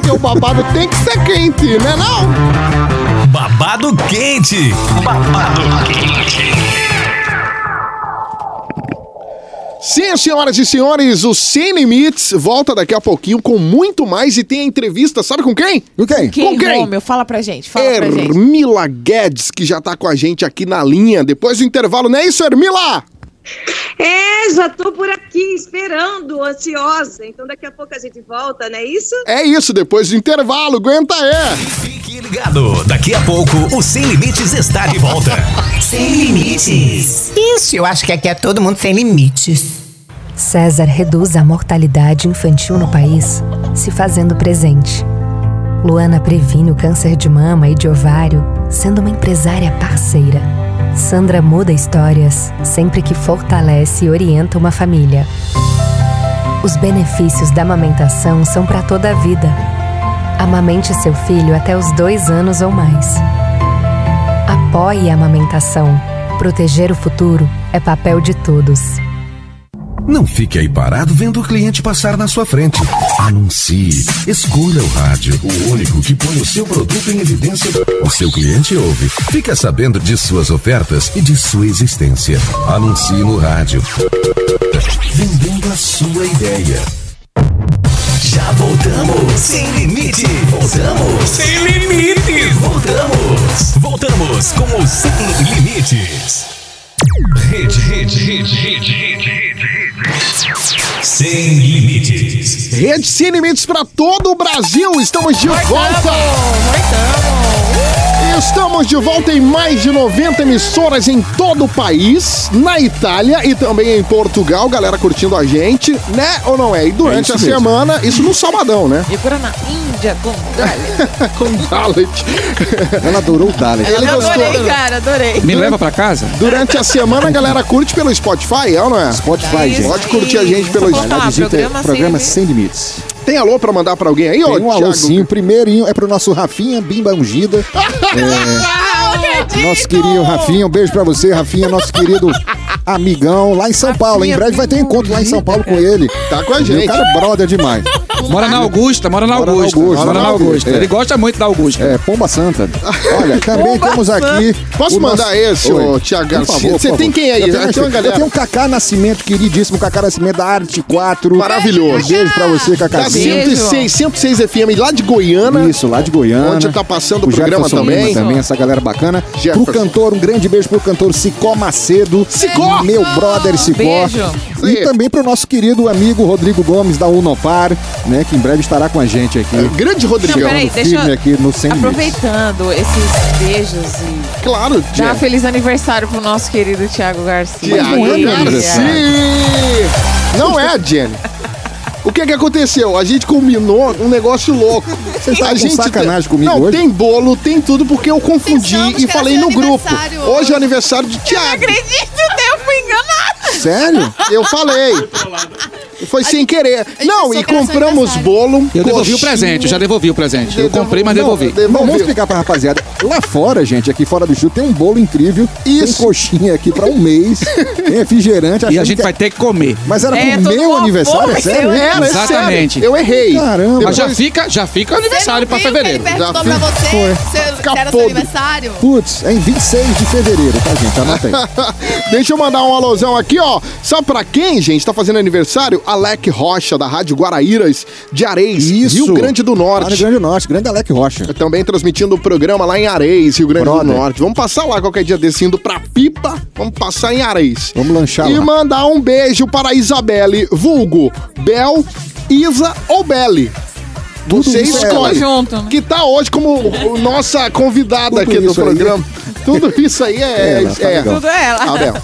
B: Porque o babado tem que ser quente, né não?
A: Babado quente. Babado quente.
B: Sim, senhoras e senhores, o Sem Limites volta daqui a pouquinho com muito mais e tem a entrevista, sabe com quem?
D: Ok?
C: Quem,
B: Com quem?
C: Romeu? Fala pra gente. Fala pra gente.
B: Ermila Guedes, que já tá com a gente aqui na linha, depois do intervalo, não é isso, Ermila?
G: É, já tô por aqui esperando, ansiosa. Então daqui a pouco a gente volta, não é isso?
B: É isso, depois do intervalo, aguenta aí.
A: Fique ligado. Daqui a pouco o Sem Limites está de volta. Sem Limites.
H: Isso, eu acho que aqui é todo mundo sem limites.
I: César reduz a mortalidade infantil no país, se fazendo presente. Luana previne o câncer de mama e de ovário, sendo uma empresária parceira. Sandra muda histórias sempre que fortalece e orienta uma família. Os benefícios da amamentação são para toda a vida. Amamente seu filho até os dois anos ou mais. Apoie a amamentação. Proteger o futuro é papel de todos.
J: Não fique aí parado vendo o cliente passar na sua frente. Anuncie. Escolha o rádio, o único que põe o seu produto em evidência. O seu cliente ouve. Fica sabendo de suas ofertas e de sua existência. Anuncie no rádio. Vendendo a sua ideia.
A: Já voltamos. Sem Limite. Voltamos. Sem Limites. Voltamos. Voltamos com o Sem Limites. Rede, rede, rede, rede, rede, rede, rede. Sem Limites.
B: Rede Sem Limites pra todo o Brasil, estamos de volta. Estamos de volta em mais de 90 emissoras em todo o país, na Itália e também em Portugal, galera curtindo a gente, né ou não é? E durante
D: isso
B: a
D: mesmo.
B: semana, isso no sabadão, né?
C: E por na Índia, Gondalha.
B: Com Dalet.
D: Ela adorou o Dalet.
B: Ele
C: Eu
B: gostou.
C: adorei, cara, adorei.
F: Me leva pra casa?
B: Durante a semana a galera curte pelo Spotify, é ou não é?
D: Spotify,
C: Isso
D: gente.
B: Pode curtir a gente pelo
C: Vou
B: Spotify.
C: falar,
D: Digita
C: programa,
D: programa
C: sem
D: sem limites.
B: Tem alô pra mandar pra alguém aí, ô
D: Tem um alô
B: Thiago?
D: sim, o primeirinho é pro nosso Rafinha Bimba Ungida.
C: Ah,
D: É, nosso querido Rafinha, um beijo pra você, Rafinha, nosso querido amigão lá em São Paulo. Em breve vai ter encontro lá em São Paulo com ele.
B: Tá com a
D: Meu
B: gente.
D: cara é brother demais.
F: Mora na Augusta, mora na
D: Mora na
F: Augusta.
D: Augusta,
F: Mora na Augusta.
D: é.
F: Ele gosta muito da Augusta.
D: É, Pomba Santa. Olha, também
C: Pomba
D: temos aqui.
B: Posso
D: o
B: mandar esse,
D: Oi.
B: ô, Thiago
D: Por
B: Garcia?
D: favor, por
B: Você tem
D: favor.
B: quem aí?
D: Eu tenho,
B: Tem uma
D: eu
B: galera.
D: tenho o Cacá Nascimento, queridíssimo Cacá Nascimento da Arte 4.
B: Maravilhoso.
D: Beijo pra você,
B: Tá
D: Cacazinho.
C: Beijo.
B: 106, 106 FM lá de Goiânia.
D: Isso, lá de Goiânia.
B: Onde tá passando o programa
D: Jefferson
B: também.
D: Lima essa galera bacana.
B: Jefferson.
D: Pro cantor, um grande beijo pro cantor Cicó Macedo.
B: Cicó!
D: Meu brother Cicó.
C: Beijo.
B: Isso aí.
D: E também pro nosso querido amigo Rodrigo Gomes da Unopar, né, que em breve estará com a gente aqui.
B: Grande
C: Não,
B: Rodrigão.
C: peraí, deixa
D: filme
C: eu...
D: aqui no Sem Limites.
C: Aproveitando esses beijos e
B: Claro,
C: dar
B: Thiago.
C: feliz aniversário pro nosso querido Thiago Garcia.
E: um
D: Mas
B: Thiago
D: não é
E: né?
D: meu
B: Garcia. Não é, Jenny. O que que aconteceu? A gente combinou um negócio louco. Você
D: tá com sacanagem comigo
B: Não,
D: hoje?
B: tem bolo, tem tudo, porque eu confundi
E: Pensamos que
B: e
E: era
B: falei
E: seu
B: no grupo.
E: aniversário hoje.
B: Hoje é o aniversário de Thiago.
C: Acredito, eu fui enganado.
D: Sério?
B: Eu falei. Foi sem querer. Não,
E: pensou
B: e
E: que era seu
B: compramos
E: aniversário.
B: bolo.
F: Eu devolvi o
B: coxinha.
F: presente, eu já devolvi o presente. Eu
B: Devolvi-
F: comprei, mas
B: Não,
F: devolvi.
D: Bom, vamos
B: Devolveu.
D: explicar pra rapaziada. Lá fora, gente, aqui fora do Chile, tem um bolo incrível.
B: Isso.
D: Tem coxinha aqui pra um mês. tem refrigerante.
F: E a
D: achando
F: gente
D: que- é-
F: vai ter que comer.
D: Mas era
C: É,
D: pro
C: tô
D: meu
C: numa
D: aniversário?
C: fome,
D: É sério?
C: eu-
B: É, mas
F: Exatamente.
B: sério, Eu errei.
D: Caramba.
F: Mas já
B: Depois-
F: fica, já fica o é aniversário pra fevereiro.
E: Ele perguntou
B: Já
E: pra você
D: foi.
E: se, se
B: Fica
E: era seu
B: podre.
E: aniversário.
D: Putz, é em 26 de fevereiro, tá, gente? Anota aí.
B: Deixa eu mandar um alôzão aqui, ó. Sabe pra quem, gente, tá fazendo aniversário? Alec Rocha, da Rádio Guaraíras de Areis, Rio Grande do Norte.
D: Rio Grande do Norte, grande Alec Rocha.
B: Também transmitindo o programa lá em Areis, Rio Grande do
D: Brother.
B: Norte. Vamos passar lá qualquer dia descendo pra Pipa, vamos passar em Areis.
D: Vamos lanchar
B: E
D: lá.
B: mandar um beijo para Isabelle, vulgo, Bel, Isa ou Belle. Você
D: isso é
B: escolhe.
C: Tudo junto, né?
B: Que tá hoje como o- o- nossa convidada
D: Tudo
B: aqui do
D: isso aí.
B: programa. Tudo isso aí é.
D: É, ela tá
B: é.
D: legal.
C: Tudo ela.
B: Ah, Bel,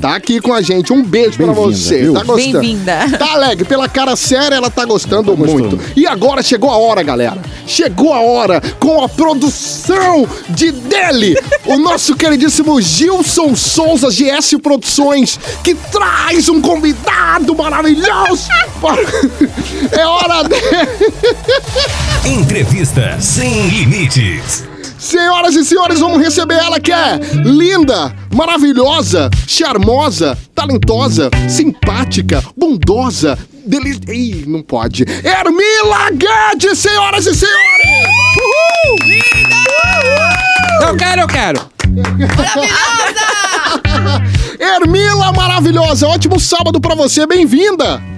B: tá aqui com a gente. Um beijo pra
D: Hum. Bem-vinda,
B: você.
D: viu?
B: Tá gostando?
C: Bem-vinda.
B: Tá alegre. Pela cara séria, ela tá gostando muito.
D: gostando.
B: E agora chegou a hora, galera. Chegou a hora com a produção de dele, o nosso queridíssimo Gilson Souza, GS Produções, que traz um convidado maravilhoso. É hora dele.
A: Entrevista sem limites.
B: Senhoras e senhores, vamos receber ela que é linda, maravilhosa, charmosa, talentosa, simpática, bondosa, deli... Ih, não pode. Ermila Guedes, senhoras e senhores! Uhul!
F: Eu quero, eu quero.
B: Ermila maravilhosa, ótimo sábado pra você, bem-vinda!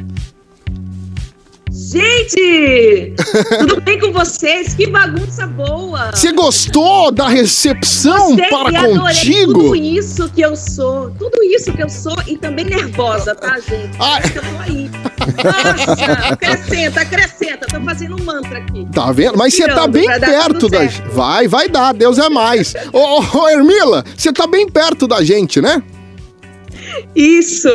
G: Gente, tudo bem com vocês? Que bagunça boa!
B: Você gostou da recepção
G: Sempre
B: para
G: adorei é
B: contigo?
G: Tudo isso que eu sou, tudo isso que eu sou e também nervosa, tá, gente?
B: Ai.
G: Acho que eu tô aí. Nossa, acrescenta, acrescenta. Tô fazendo um mantra aqui.
B: Tá vendo? Mas você tá
G: Tirando,
B: bem
G: vai dar
B: perto
G: tudo
B: da
G: certo.
B: Vai, vai dar, Deus é mais. Ô, ô, ô Ermila, você tá bem perto da gente, né?
G: Isso!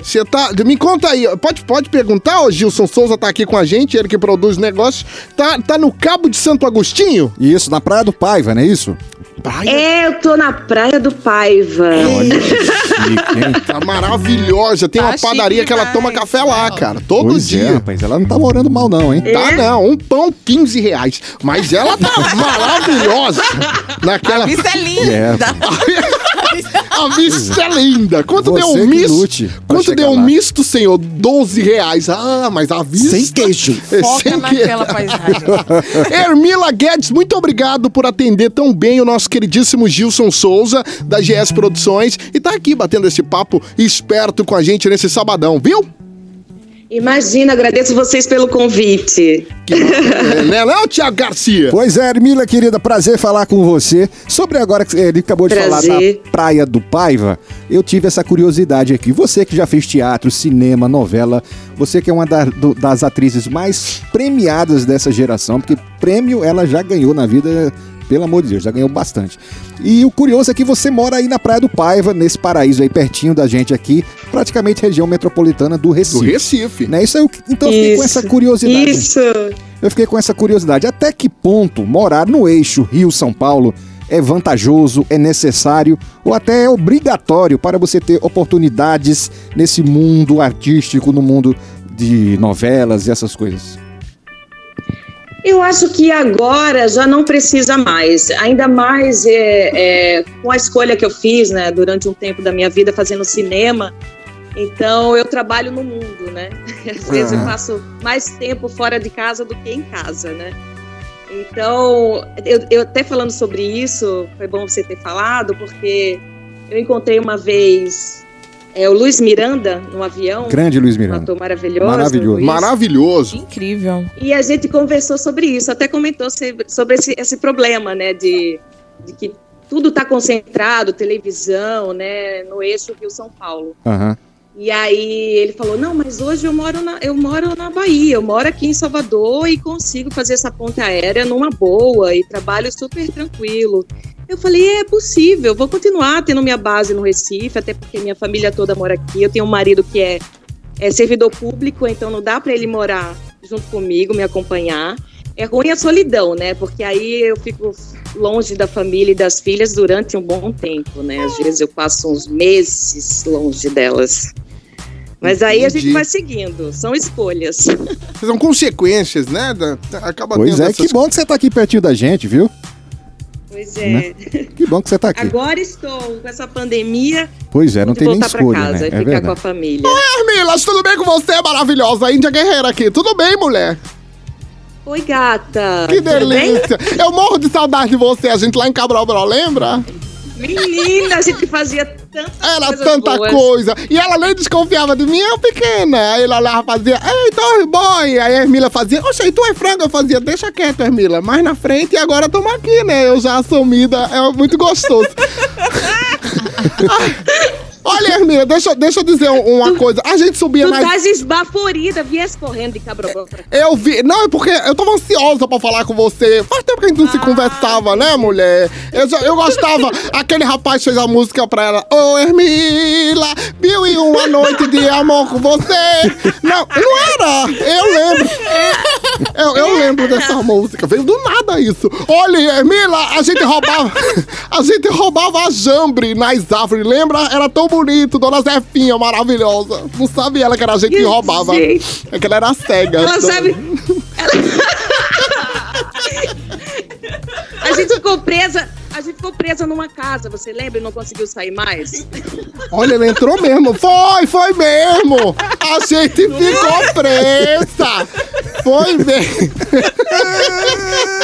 B: Você tá. Me conta aí, pode, pode perguntar, o Gilson Souza tá aqui com a gente, ele que produz negócio. Tá, tá no Cabo de Santo Agostinho?
D: E isso, na Praia do Paiva, não é isso?
B: Praia
G: É, eu tô na Praia do Paiva.
D: Olha que chique,
G: É.
D: hein?
B: tá maravilhosa. Tem
C: Tá
B: uma padaria
C: chique
B: que ela
C: demais,
B: toma café lá,
C: Léo.
B: cara. Todo
D: Pois é,
B: dia.
D: rapaz, ela não tá morando mal não, hein?
G: É.
B: Tá não, um pão 15 reais. Mas ela tá maravilhosa naquela.
C: Isso é lindo.
D: É,
B: A vista é linda. Quanto
D: Você
B: deu um
D: que
B: misto?
D: lute pra
B: Quanto
D: chegar
B: deu um
D: lá.
B: misto, senhor? 12 reais. Ah, mas a vista.
D: Sem queijo.
B: É,
C: Foca
B: sem queijo.
C: naquela paisagem.
B: Ermila Guedes, muito obrigado por atender tão bem o nosso queridíssimo Gilson Souza, da GS Produções, e tá aqui batendo esse papo esperto com a gente nesse sabadão, viu?
G: Imagina, agradeço vocês pelo convite.
B: É, né, não, Tiago Garcia?
D: Pois é, Hermila, querida, prazer falar com você. Sobre agora que ele acabou de falar
G: Prazer.
D: da Praia do Paiva, eu tive essa curiosidade aqui. Você que já fez teatro, cinema, novela, você que é uma da- do- das atrizes mais premiadas dessa geração, porque prêmio ela já ganhou na vida, pelo amor de Deus, já ganhou bastante. E o curioso é que você mora aí na Praia do Paiva, nesse paraíso aí pertinho da gente aqui, praticamente região metropolitana do
B: Do
D: Recife.
B: Recife.
D: Né? Isso é o que- então eu fiquei com essa curiosidade.
G: Isso.
D: Eu fiquei com essa curiosidade. Até que ponto morar no eixo Rio-São Paulo é vantajoso, é necessário ou até é obrigatório para você ter oportunidades nesse mundo artístico, no mundo de novelas e essas coisas?
G: Eu acho que agora já não precisa mais, ainda mais é, é, com a escolha que eu fiz, né, durante um tempo da minha vida fazendo cinema. Então eu trabalho no mundo, né? Às vezes
D: Uhum.
G: eu passo mais tempo fora de casa do que em casa, né? Então eu, eu até falando sobre isso foi bom você ter falado porque eu encontrei uma vez é, o Luiz Miranda no avião,
D: Grande Luiz
G: um
D: Miranda.
G: ator maravilhoso,
D: Maravilhoso.
G: Luiz.
B: Maravilhoso.
C: Incrível.
G: E a gente conversou sobre isso, até comentou se- sobre esse, esse problema, né, de, de que tudo está concentrado, televisão, né, no eixo Rio-São Paulo.
D: Aham.
G: E aí ele falou, não, mas hoje eu moro, na, eu moro na Bahia, eu moro aqui em Salvador e consigo fazer essa ponte aérea numa boa e trabalho super tranquilo. Eu falei, é possível, vou continuar tendo minha base no Recife, até porque minha família toda mora aqui, eu tenho um marido que é, é servidor público, então não dá para ele morar junto comigo, me acompanhar. É ruim a solidão, né? Porque aí eu fico longe da família e das filhas durante um bom tempo, né? Às vezes eu passo uns meses longe delas. Mas aí a gente
B: Entendi.
G: vai seguindo, são escolhas.
B: São consequências, né? da- da- Acaba
G: um
D: Pois
B: tendo
D: é,
B: essas-
D: que bom que você tá aqui pertinho da gente, viu?
G: Pois
D: Né?
G: é.
D: Que bom que você tá aqui.
G: Agora estou com essa pandemia,
D: Pois é,
G: vou
D: não tem nem
G: voltar para
D: escolha,
G: casa
D: né?
G: e
D: É
G: ficar com a
D: verdade.
G: família.
B: Milas, tudo bem com você? Maravilhosa. Índia Guerreira aqui. Tudo bem, mulher?
G: Oi, gata.
B: Que
G: Tudo bem?
B: delícia. Eu morro de saudade de você. A gente lá em Cabral Brau, lembra?
G: Menina, a gente fazia tanta
B: Era
G: coisa
B: tanta
G: boa.
B: coisa. E ela nem desconfiava de mim, eu pequena. Aí ela lá fazia, ei, tu é boy. Aí a Ermila fazia, oxe, aí tu é frango. Eu fazia, deixa quieto, Ermila. Mais na frente e agora tamo aqui, né? Eu já assumida, é muito gostoso. Ai, Olha, Ermila, deixa, deixa eu dizer um- uma coisa. A gente subia
G: Tu tá
B: nas...
G: estás esbaforida, viesse correndo de cabrobão pra cá.
B: Eu vi. Não, é porque eu tava ansiosa pra falar com você. Faz tempo que a gente não se conversava, né, mulher? Eu, já- eu gostava. Aquele rapaz fez a música pra ela. Ô, Ermila, mil e uma noite de amor com você. Não, não era. Eu lembro. Eu, eu lembro dessa música. Veio do nada isso. Olha, Ermila, a gente roubava. A gente roubava a jambre nas árvores. Lembra? Era tão bonito. Dona Zefinha, maravilhosa. Não sabe ela que era a gente que roubava.
G: Gente.
B: É que ela era cega.
G: Ela sabe. Ela... a gente ficou presa. A gente ficou presa numa casa, você lembra? E não conseguiu sair mais?
B: Olha, ela entrou mesmo. Foi, foi mesmo. A gente ficou presa. Foi mesmo.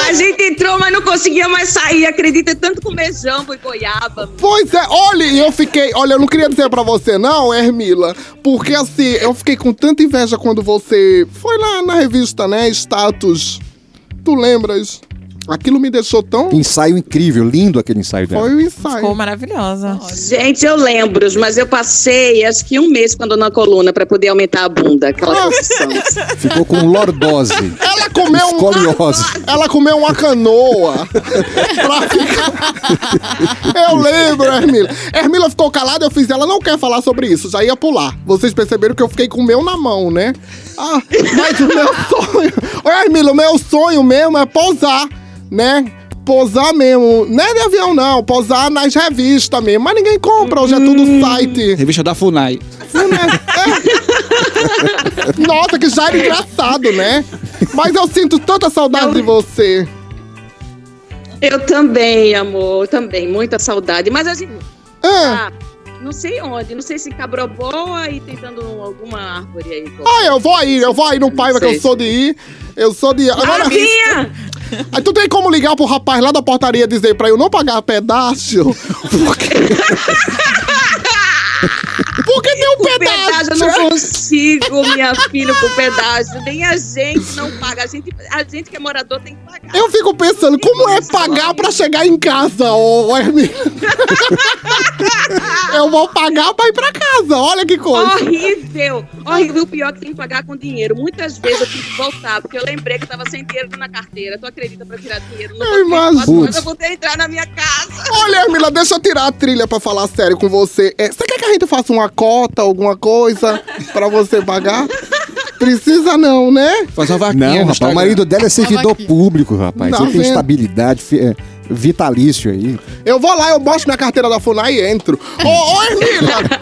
G: A gente entrou, mas não conseguia mais sair. Acredita tanto comer jambo e goiaba.
B: Pois é, olha, e eu fiquei. Olha, eu não queria dizer pra você, não, Ermila. Porque assim, eu fiquei com tanta inveja quando você foi lá na revista, né? Status. Tu lembras? Aquilo me deixou tão.
D: Ensaio incrível, lindo aquele ensaio dela.
B: Foi o ensaio.
C: Ficou maravilhosa.
G: Gente, eu lembro, mas eu passei acho que um mês com a dona Coluna pra poder aumentar a bunda. Aquela posição.
D: Ficou com lordose,
B: Ela comeu um.
D: escoliose.
B: Ela comeu uma canoa pra ficar. Eu lembro, Hermila. Hermila ficou calada, eu fiz ela não quer falar sobre isso, já ia pular. Vocês perceberam que eu fiquei com o meu na mão, né? Ah, mas o meu sonho. Olha, Hermila, o meu sonho mesmo é pousar, né? Pousar mesmo. Não é de avião, não. Pousar nas revistas mesmo. Mas ninguém compra, hoje é tudo site.
F: Revista da FUNAI.
B: Sim, né? É. Nossa, que já era engraçado, né? Mas eu sinto tanta saudade de você.
G: Eu também, amor, eu também, muita saudade. Mas a gente tá,
B: Ah,
G: não sei onde, não sei se em Cabroboa e tentando alguma árvore aí.
B: ah, eu vou aí, eu vou aí no Paiva que eu sou de ir. Eu sou de ir. Agora,
G: Marquinha!
B: aí tu tem como ligar pro rapaz lá da portaria e dizer pra eu não pagar pedágio? Porque... Porque tem um
G: Com pedágio eu
B: pedágio.
G: não é consigo, minha filha, com pedágio. Nem a gente não paga. A gente, a gente que é morador tem que pagar.
B: Eu fico pensando, como é pagar pra chegar em casa, ô Hermina? Eu vou pagar pra ir pra casa, olha que coisa.
G: Ah. Horrível! Horrível. O pior é que tem que pagar com dinheiro. Muitas vezes eu tive que voltar, porque eu lembrei que eu tava sem dinheiro na carteira. Tu acredita pra tirar dinheiro? Não
B: Eu
G: consigo.
B: imagino.
G: Mas eu vou ter que entrar na minha casa.
B: Olha, Hermila, deixa eu tirar a trilha pra falar sério com você. É, Você quer que a gente faça uma cota, alguma coisa pra você pagar? Precisa não, né?
F: Faz uma vaquinha.
D: Não,
F: no
D: rapaz, o
F: Instagram.
D: marido dela é servidor
E: vaquinha.
D: público, rapaz.
B: Tá
D: Você tem
B: vendo?
D: estabilidade, fi- é, vitalício aí.
B: Eu vou lá, eu mostro minha carteira da FUNAI e entro. Ô, ô Hermila!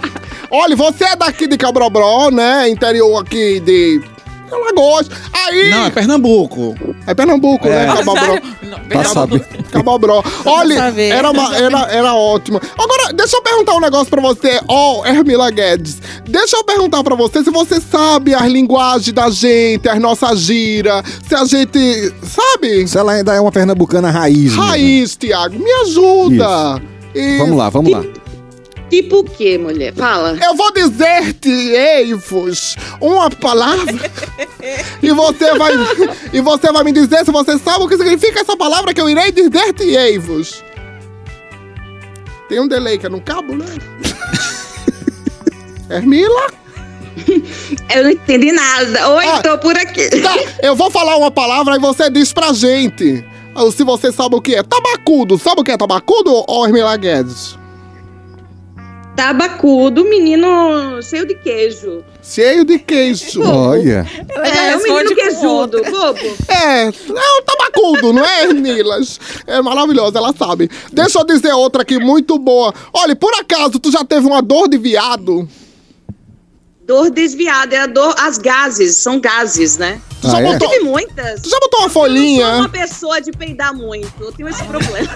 B: Olha, você é daqui de Cabrobró, né? Interior aqui de... Alagoas. Aí...
F: Não, é Pernambuco.
B: É Pernambuco, né?
F: É.
B: Cabobró.
C: Não,
D: Tá sabendo?
B: Cabobró. Olha,
C: pra ver.
B: era, uma, era, era ótima. Agora, deixa eu perguntar um negócio pra você, ó, Hermila Guedes. Deixa eu perguntar pra você se você sabe as linguagens da gente, as nossas gírias, se a gente. Sabe?
D: Se ela ainda é uma pernambucana raiz. né?
B: Raiz, Tiago, me ajuda. E
D: Vamos lá, vamos lá.
G: Tipo o quê, mulher? Fala.
B: Eu vou dizer-te, Eivos, uma palavra. e, você vai, e você vai me dizer se você sabe o que significa essa palavra que eu irei dizer-te, Eivos. Tem um delay que é no cabo, né? Hermila?
G: Eu não entendi nada. Oi,
B: Ah.
G: tô por aqui.
B: Tá, eu vou falar uma palavra e você diz pra gente. ou Se você sabe o que é. Tabacudo. Sabe o que é tabacudo, ou Hermila Guedes?
G: Tabacudo, menino cheio de queijo.
B: Cheio de queijo.
D: Olha,
G: É, um menino queijudo, bobo.
B: É, é um tabacudo, não é, Nilas? É maravilhosa, ela sabe. Deixa eu dizer outra aqui, muito boa. Olha, por acaso, tu já teve uma dor de viado?
G: Dor desviada, é a dor. As gases, são gases, né?
B: Tu já,
D: Ah, é?
B: botou,
G: Tive muitas.
B: tu já botou uma
G: Eu sou
B: folhinha?
G: uma pessoa de peidar muito. Eu tenho esse problema.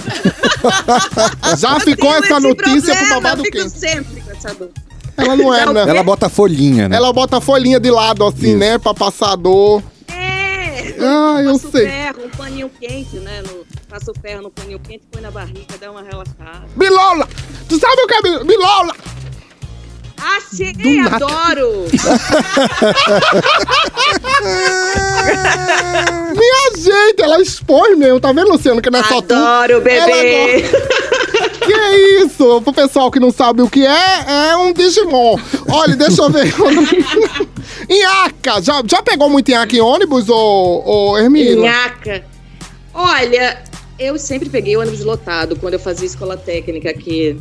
B: Já
G: Eu
B: ficou
G: tenho
B: é essa
G: esse
B: notícia pro
G: problema,
B: babado
G: Eu fico
B: quente.
G: sempre com essa dor.
B: Ela não é, né?
D: ela bota folhinha, né?
B: Ela bota a folhinha de lado, assim,
D: Isso.
B: né? Pra passar a dor.
G: É.
B: Ah, eu
G: Passo
B: sei.
G: ferro, um paninho quente, né? No... Passa o ferro no paninho quente, põe na barriga, dá uma relaxada.
B: Bilola! Tu sabe o que é bi- bilola?
G: Achei,
B: Do nada.
G: adoro!
B: Me ajeita, ela expõe mesmo. Tá vendo, Luciano, que não é só tu?
G: adoro, bebê!
B: Ela Que isso? Pro pessoal que não sabe o que é, é um Digimon. Olha, deixa eu ver. Inhaca! Já, já pegou muito inhaca em ônibus, ô, ô Hermina?
G: Minhaca. Olha, eu sempre peguei ônibus lotado quando eu fazia escola técnica aqui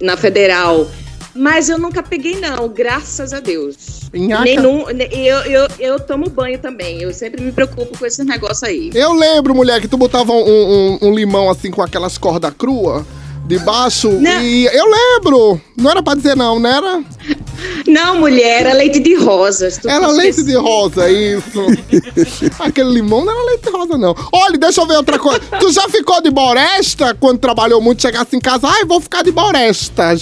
G: na Federal. Mas eu nunca peguei, não, graças a Deus.
B: Inhaca.
G: Nenhum, ne- eu, eu, eu tomo banho também. Eu sempre me preocupo com esse negócio aí.
B: Eu lembro, mulher, que tu botava um, um- um limão assim com aquelas cordas cruas debaixo
G: Não.
B: e... Eu lembro! Não era pra dizer não, não era?
G: Não, mulher, era leite de rosas. tu
B: Era
G: tá
B: é um leite de rosa, isso. Aquele limão não era leite de rosa, não. Olha, deixa eu ver outra coisa. Tu já ficou de boresta quando trabalhou muito, chegasse em casa? Ai, vou ficar de boresta.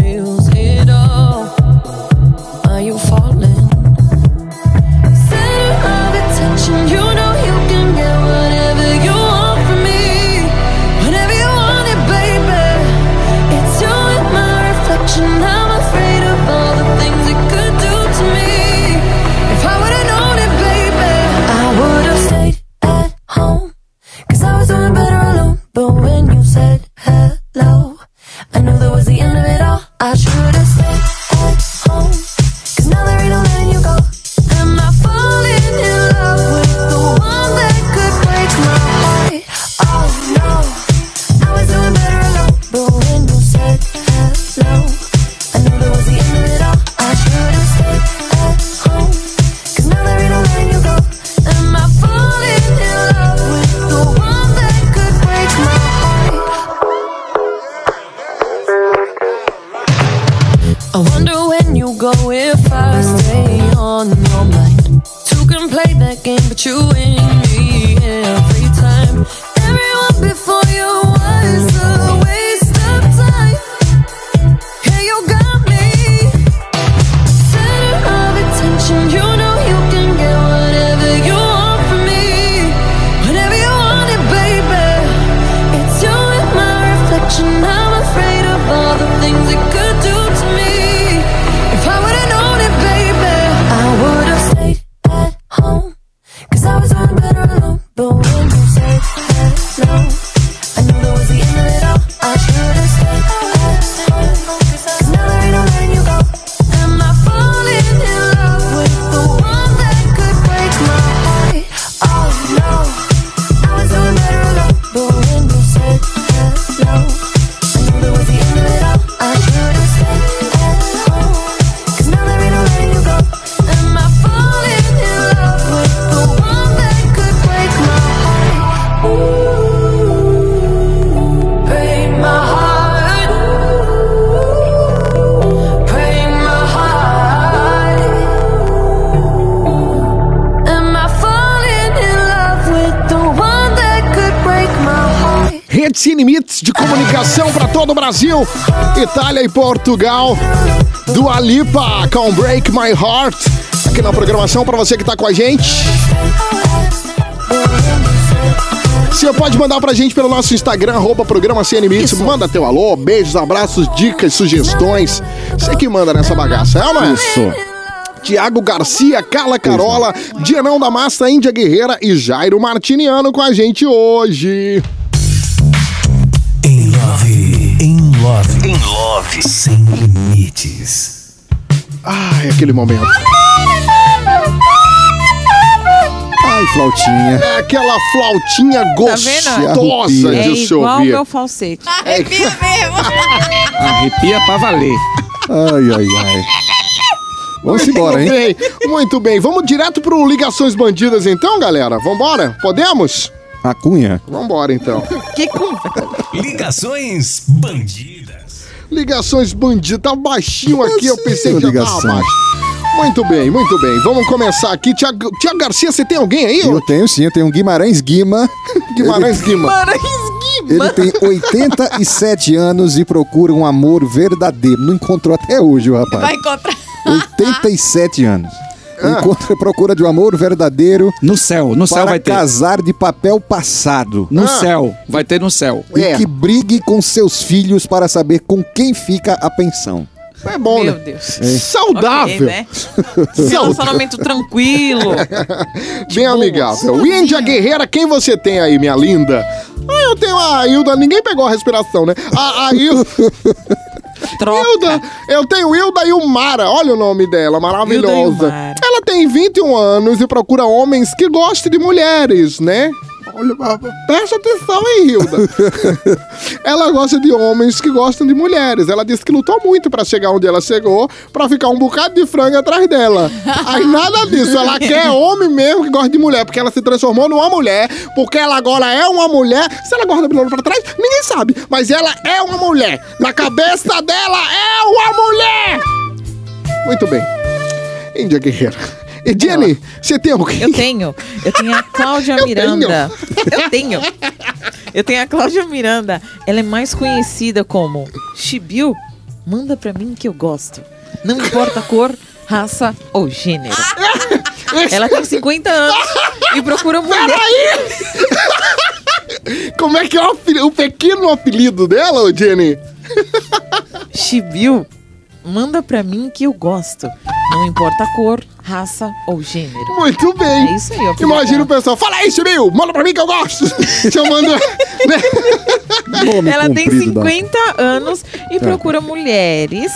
K: feels it all. Are you falling? Center of attention, you know you can get whatever you want from me. Whenever you want it, baby. It's you in my reflection. I'm afraid of all the things it could do to me. If I would've known it, baby, I would've stayed at home. Cause I was doing better alone. But when you said hello, I knew that was the end of it all. I should've stayed at home. Cause now there ain't no letting you go. Am I falling in love with the one that could break my heart? Oh no. I was doing better alone. But when you said hello, I knew that was the end of it all. I should've stayed at home. Cause now there ain't no letting you go. Am I falling in love with the one that could break my heart? I wonder when you go if I stay on your mind. Two can play that game, but you win me every time. Everyone before you was a waste of time. Yeah, you got me. Center of attention, you know you can get whatever you want from me. Whenever you want it, baby. It's you in my reflection. I'm afraid of all the things it could do to me. If I would've known it, baby, I would've stayed at home. Cause I was doing better alone. But when you said hello, I knew that was the end of it all. I should've stayed at home. Cause now there ain't no letting you go. Am I falling in love with the one that could break my heart? Oh,
B: Rede Sem Limites de comunicação para todo o Brasil, Itália e Portugal. Do Alipa com Break My Heart. Aqui na programação para você que tá com a gente. Você pode mandar pra gente pelo nosso Instagram, arroba programa CN Mix. Manda teu alô, beijos, abraços, dicas, sugestões. Você que manda nessa bagaça, é ou não é? Isso. Tiago Garcia, Carla Carola, Dianão da Massa, Índia Guerreira e Jairo Martiniano com a gente hoje.
A: Em love, em love, em love, sem limites.
B: Ai, aquele momento. Ai, flautinha. É aquela flautinha gostosa
C: Tá É
B: de se
C: igual o
B: ouvir.
C: meu falsete.
B: É
E: Arrepia mesmo.
B: Arrepia pra valer. Ai, ai, ai.
D: Vamos embora, hein?
B: Muito bem, muito bem. Vamos direto pro Ligações Bandidas então, galera? Vambora? Podemos?
D: A cunha.
B: Vambora então.
C: Que conversa.
A: Ligações bandidas.
B: Ligações bandidas. Tá baixinho aqui, eu pensei
D: Sim,
B: que já
D: ligação.
B: tava baixo. Muito bem, muito bem. Vamos começar aqui. Tiago Tiago Garcia, você tem alguém aí?
D: Eu tenho sim, eu tenho um Guimarães Guima.
B: Guimarães
D: Ele-
B: Guima.
D: Ele tem 87 anos e procura um amor verdadeiro. Não encontrou até hoje o rapaz.
E: Vai encontrar.
D: 87 anos.
E: Ah.
D: Encontra a procura de um amor verdadeiro.
F: No céu, no céu vai ter.
D: casar de papel passado.
F: No céu, vai ter no céu.
D: E que brigue com seus filhos para saber com quem fica a pensão.
B: É bom,
C: Meu
B: né?
C: Deus.
D: É.
C: Ok,
B: Saudável.
C: né? Relacionamento tranquilo.
B: Bem amigável. Índia Guerreira, quem você tem aí, minha linda? Ah, eu tenho a Hilda. Ninguém pegou a respiração, né? A, a Hilda... Hilda, eu tenho Hilda Ilmara, olha o nome dela,
A: Hilda
B: maravilhosa.
A: Ilmara.
B: Ela tem 21 anos e procura homens que gostem de mulheres, né? Olha, presta atenção aí, Hilda. ela gosta de homens que gostam de mulheres. Ela disse que lutou muito pra chegar onde ela chegou, pra ficar um bocado de frango atrás dela. Aí nada disso. Ela quer homem mesmo que gosta de mulher, porque ela se transformou numa mulher, porque ela agora é uma mulher. Se ela guarda o brilho pra trás, ninguém sabe. Mas ela é uma mulher. Na cabeça dela é uma mulher! Muito bem. Índia Guerreira. E Jenny, você tem alguém?
C: Eu tenho. Eu tenho a Cláudia Miranda. Eu tenho. Eu tenho a Cláudia Miranda. Ela é mais conhecida como Chibiu, manda pra mim que eu gosto. Não importa a cor, raça ou gênero. Ela tem 50 anos e procura mulher.
B: Como é que é o, apeli- o pequeno apelido dela, ô Jenny?
C: Chibiu, manda pra mim que eu gosto. Não importa a cor, raça ou gênero.
B: Muito bem.
C: É isso aí, ó.
B: Imagina o pessoal, fala aí, Chimil, manda pra mim que eu gosto. Chamando. né?
C: Ela tem 50 anos e procura mulheres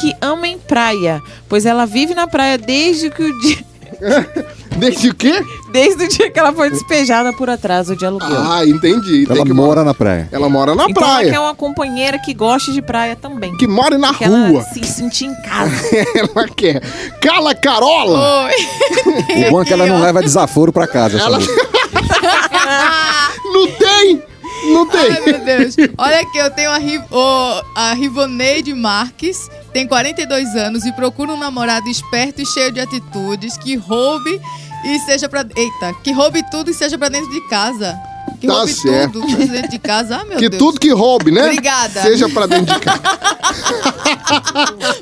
C: que amem praia, pois ela vive na praia desde que o dia.
B: Desde o quê?
C: Desde o dia que ela foi despejada por atraso de aluguel.
B: Ah, entendi.
D: Ela mora na praia.
B: Ela mora na
C: então
B: praia.
C: ela quer uma companheira que goste de praia também.
B: Que mora na
C: que ela
B: rua.
C: se sentir em casa.
B: ela quer. Cala Carola!
D: O bom é que ela não leva desaforo pra casa.
B: Ela-
D: sabe?
C: Oh.
B: Não tem! Não tem!
E: Ai, meu Deus. Olha aqui, eu tenho a, Ri- o- a Rivoneide Marques, tem 42 anos e procura um namorado esperto e cheio de atitudes, que roube e seja pra... Eita, que roube tudo e seja pra dentro de casa. Que
B: Tá
E: roube
B: certo.
E: tudo, seja dentro de casa. Ah, meu
B: que
E: Deus.
B: tudo que roube, né?
E: Obrigada.
B: Seja pra dentro de casa.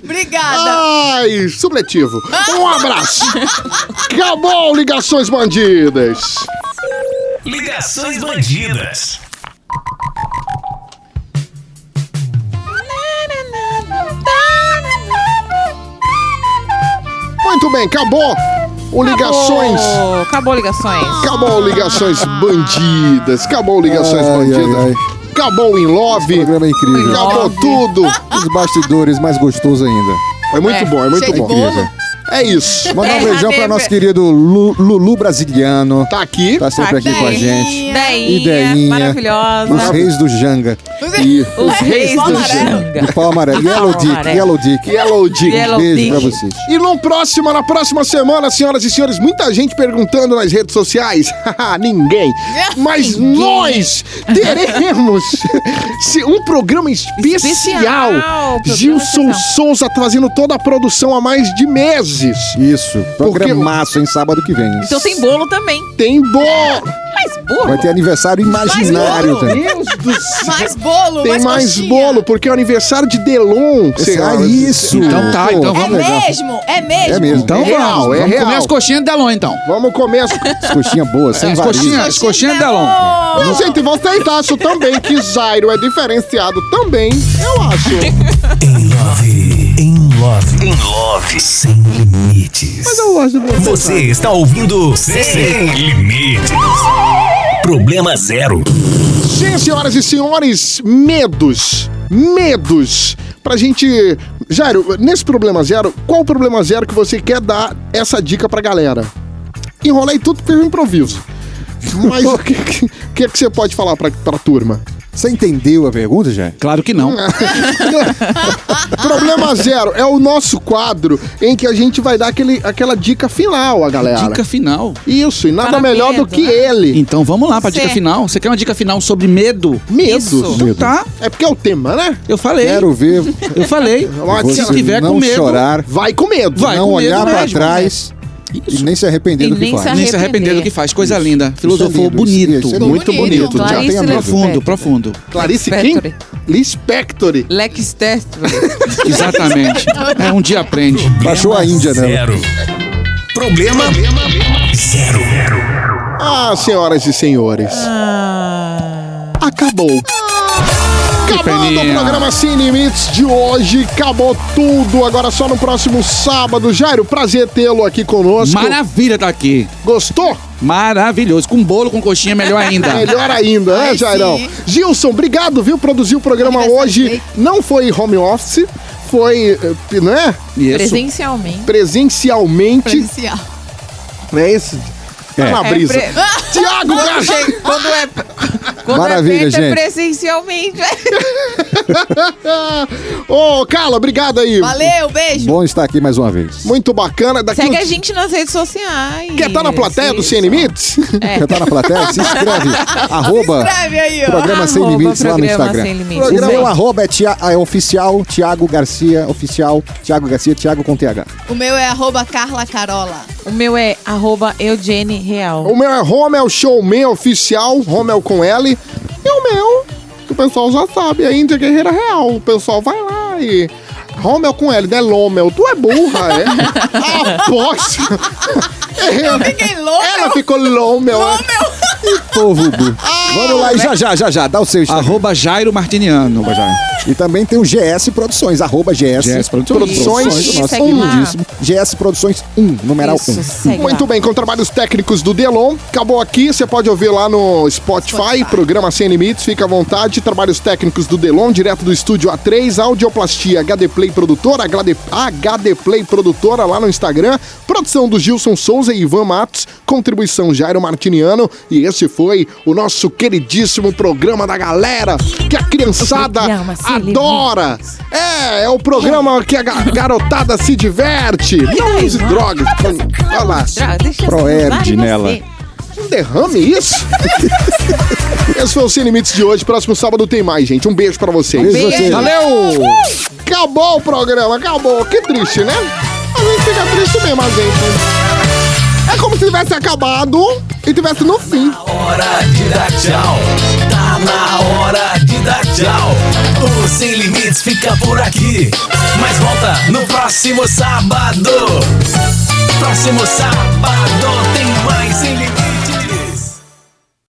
E: Obrigada.
B: Ai, supletivo. Um abraço. Acabou Ligações Bandidas.
A: Ligações bandidas.
B: Muito bem, acabou o Ligações.
C: Acabou, acabou ligações.
B: Acabou Ligações Bandidas. Acabou Ligações
D: Ai,
B: Bandidas.
D: ai, ai.
B: Acabou em Love.
D: programa é incrível.
B: Acabou tudo.
D: Os bastidores mais gostoso ainda.
B: É muito bom, é muito bom. É isso.
D: Mandar um beijão pra
B: Derradeiro.
D: nosso querido Lu- Lulu Brasiliano.
B: Tá aqui.
D: Tá sempre aqui com a gente.
C: Ideinha, maravilhosa.
D: Os reis do Janga.
B: E
C: Os reis do
D: Do pau amarelo. Yellow Dick. Yellow Dick.
B: Yellow Dick.
D: Yellow Beijo Dick. pra vocês.
B: E no próximo, na próxima semana, senhoras e senhores, muita gente perguntando nas redes sociais. Ninguém. Mas nós teremos se- um programa especial.
D: Especial, programa
B: Gilson Souza trazendo toda a produção há mais de meses.
D: Isso. Programaço, em Sábado que vem.
C: Então tem bolo Então também.
B: Tem bolo.
C: mais burro.
D: Vai ter aniversário imaginário. né?
C: Mais
D: também.
C: bolo.
E: Mais bolo,
B: Tem mais
E: coxinha.
B: bolo, porque é o aniversário de Delon.
D: Esse-
B: senhora.
D: ah, isso.
F: Então tá, então
E: É
F: vamos pegar.
E: mesmo, é mesmo.
D: né? É mesmo.
F: Então
B: É real,
F: vamos,
B: é
F: vamos comer
B: real.
F: as coxinhas de Delon, então.
B: Vamos comer as...
D: As coxinhas boas, sem
F: As
D: varinha.
F: coxinhas, as coxinhas de Delon.
B: Não, gente, vocês acham também que Jairo é diferenciado também? Eu acho.
A: Em love, em love, em love, sem limites. Mas eu gosto de você. Você está ouvindo Sem, Limites. Problema zero.
B: Sim, senhoras e senhores, medos. Medos. Pra gente. Jairo, nesse problema zero, qual o problema zero que você quer dar essa dica pra galera? Enrolei tudo porque eu improviso. Mas o que, que, que é que você pode falar pra, pra turma?
D: Você entendeu a pergunta, já?
F: Claro que não. Ah.
B: Problema zero é o nosso quadro em que a gente vai dar aquele, aquela dica final, a galera.
F: Dica final.
B: Isso, e nada
C: Para
B: melhor do
C: medo,
B: que
C: né?
B: ele.
F: Então vamos lá pra dica
C: Certo.
F: final. Você quer uma dica final sobre medo?
B: Medo.
F: Então tá,
B: É porque é o tema, né?
F: eu falei.
D: Quero ver
F: Eu falei.
D: você
F: Se tiver
D: não
F: com medo,
D: chorar,
B: Vai com medo.
F: Vai
D: não
F: com medo
D: olhar pra
F: mesmo, né?
D: trás e
F: Isso.
D: nem se arrepender
C: E
D: do que
C: nem se
D: faz.
F: nem se arrepender do que faz. Coisa linda. Filosofou
D: lindo, isso-
F: bonito.
D: isso é
F: muito
E: lindo.
F: bonito.
D: Já
C: Clarice
D: tenha medo.
F: Profundo,
C: Lispector.
F: profundo.
B: Clarice Kim?
C: Lispector.
B: Lispector.
C: Lex Tester.
F: Exatamente. É um dia aprende.
D: Baixou a Índia, né?
A: zero. Problema zero.
B: Ah, senhoras e senhores. Ah. Acabou. Acabando o
F: peninha.
B: programa Sem Limites de hoje. Acabou tudo. Agora só no próximo sábado. Jairo, prazer tê-lo aqui conosco.
F: Maravilha tá aqui.
B: Gostou?
F: Maravilhoso. Com bolo, com coxinha, melhor ainda.
B: Melhor ainda, né,
E: Aí
B: Jairão?
E: sim.
B: Gilson, obrigado, viu? Produziu o programa
E: Aniversário
B: hoje.
E: feito.
B: Não foi home office, foi, eh, né?
F: Isso.
C: Presencialmente.
B: Presencialmente.
E: Presencial.
B: É esse? Tá na
C: É
B: brisa.
C: pre-
B: Tiago
C: Quando,
B: Garcia.
C: chega- quando é, quando
D: Maravilha,
C: é feito é
D: gente.
C: presencialmente.
B: Ô, Carla, obrigado aí.
E: Valeu, beijo.
D: Bom estar aqui mais uma vez.
B: Muito bacana. Daqui um
C: Segue
B: uns-
C: a gente nas redes sociais.
B: Quer estar na plateia do
C: Isso.
B: Sem Limites?
D: Quer estar tá na plateia? Se inscreve. Arroba
E: Escreve aí, ó.
D: Programa Sem
C: Arroba
D: Limites lá no
C: Programa
D: Instagram.
C: Sem Limites.
D: O
B: Programa-
D: meu arroba é, Tia- é oficial Thiago Garcia, oficial Thiago Garcia, Thiago com TH.
E: O meu é arroba Carla Carola.
C: O meu é arroba Eugene Real.
B: O meu é Romel Showman Oficial, Romel com L. E o meu, que o pessoal já sabe, é Índia Guerreira Real. O pessoal vai lá e. Romel com L, né? Lomel, tu é burra, é? Aposto!
E: Eu fiquei louca.
B: Ela ficou Lomel. é.
D: Povo Bu. Vamos lá e já, já, já, já. Dá o seu Instagram.
F: Arroba Jairo Martiniano. Arroba Jairo.
D: E também tem o GS Produções, arroba GS,
F: GS Produções.
D: Produções,
C: Isso,
D: nossa,
C: segue lá.
D: lindíssimo. GS Produções 1, numeral
C: Isso,
D: 1.
C: segue
B: Muito
C: lá.
B: bem, com trabalhos técnicos do Delon. Acabou aqui, você pode ouvir lá no Spotify, programa Sem Limites, fica à vontade. Trabalhos técnicos do Delon, direto do estúdio A3, Audioplastia, HD Play Produtora, HD, HD Play Produtora lá no Instagram. Produção do Gilson Souza e Ivan Matos, contribuição Jairo Martiniano. E esse foi o nosso queridíssimo programa da galera, que a criançada
C: O programa Sem
B: adora. É, é o programa que a ga- garotada se diverte. Não use drogas. Olha lá.
C: Droga, deixa eu
D: Proerd
C: usar em você.
D: nela.
B: Um derrame isso? Esse foi o Sem Limites de hoje. Próximo sábado tem mais, gente. Um beijo pra vocês.
D: Beijo a vocês.
B: Valeu! Acabou o programa, acabou. Que triste, né? A gente fica triste mesmo, a gente. É como se tivesse acabado e tivesse no fim.
A: Hora de dar tchau. Tá na hora de dar tchau. O Sem Limites fica por aqui. Mas volta no próximo sábado. Próximo sábado tem mais Sem Limites.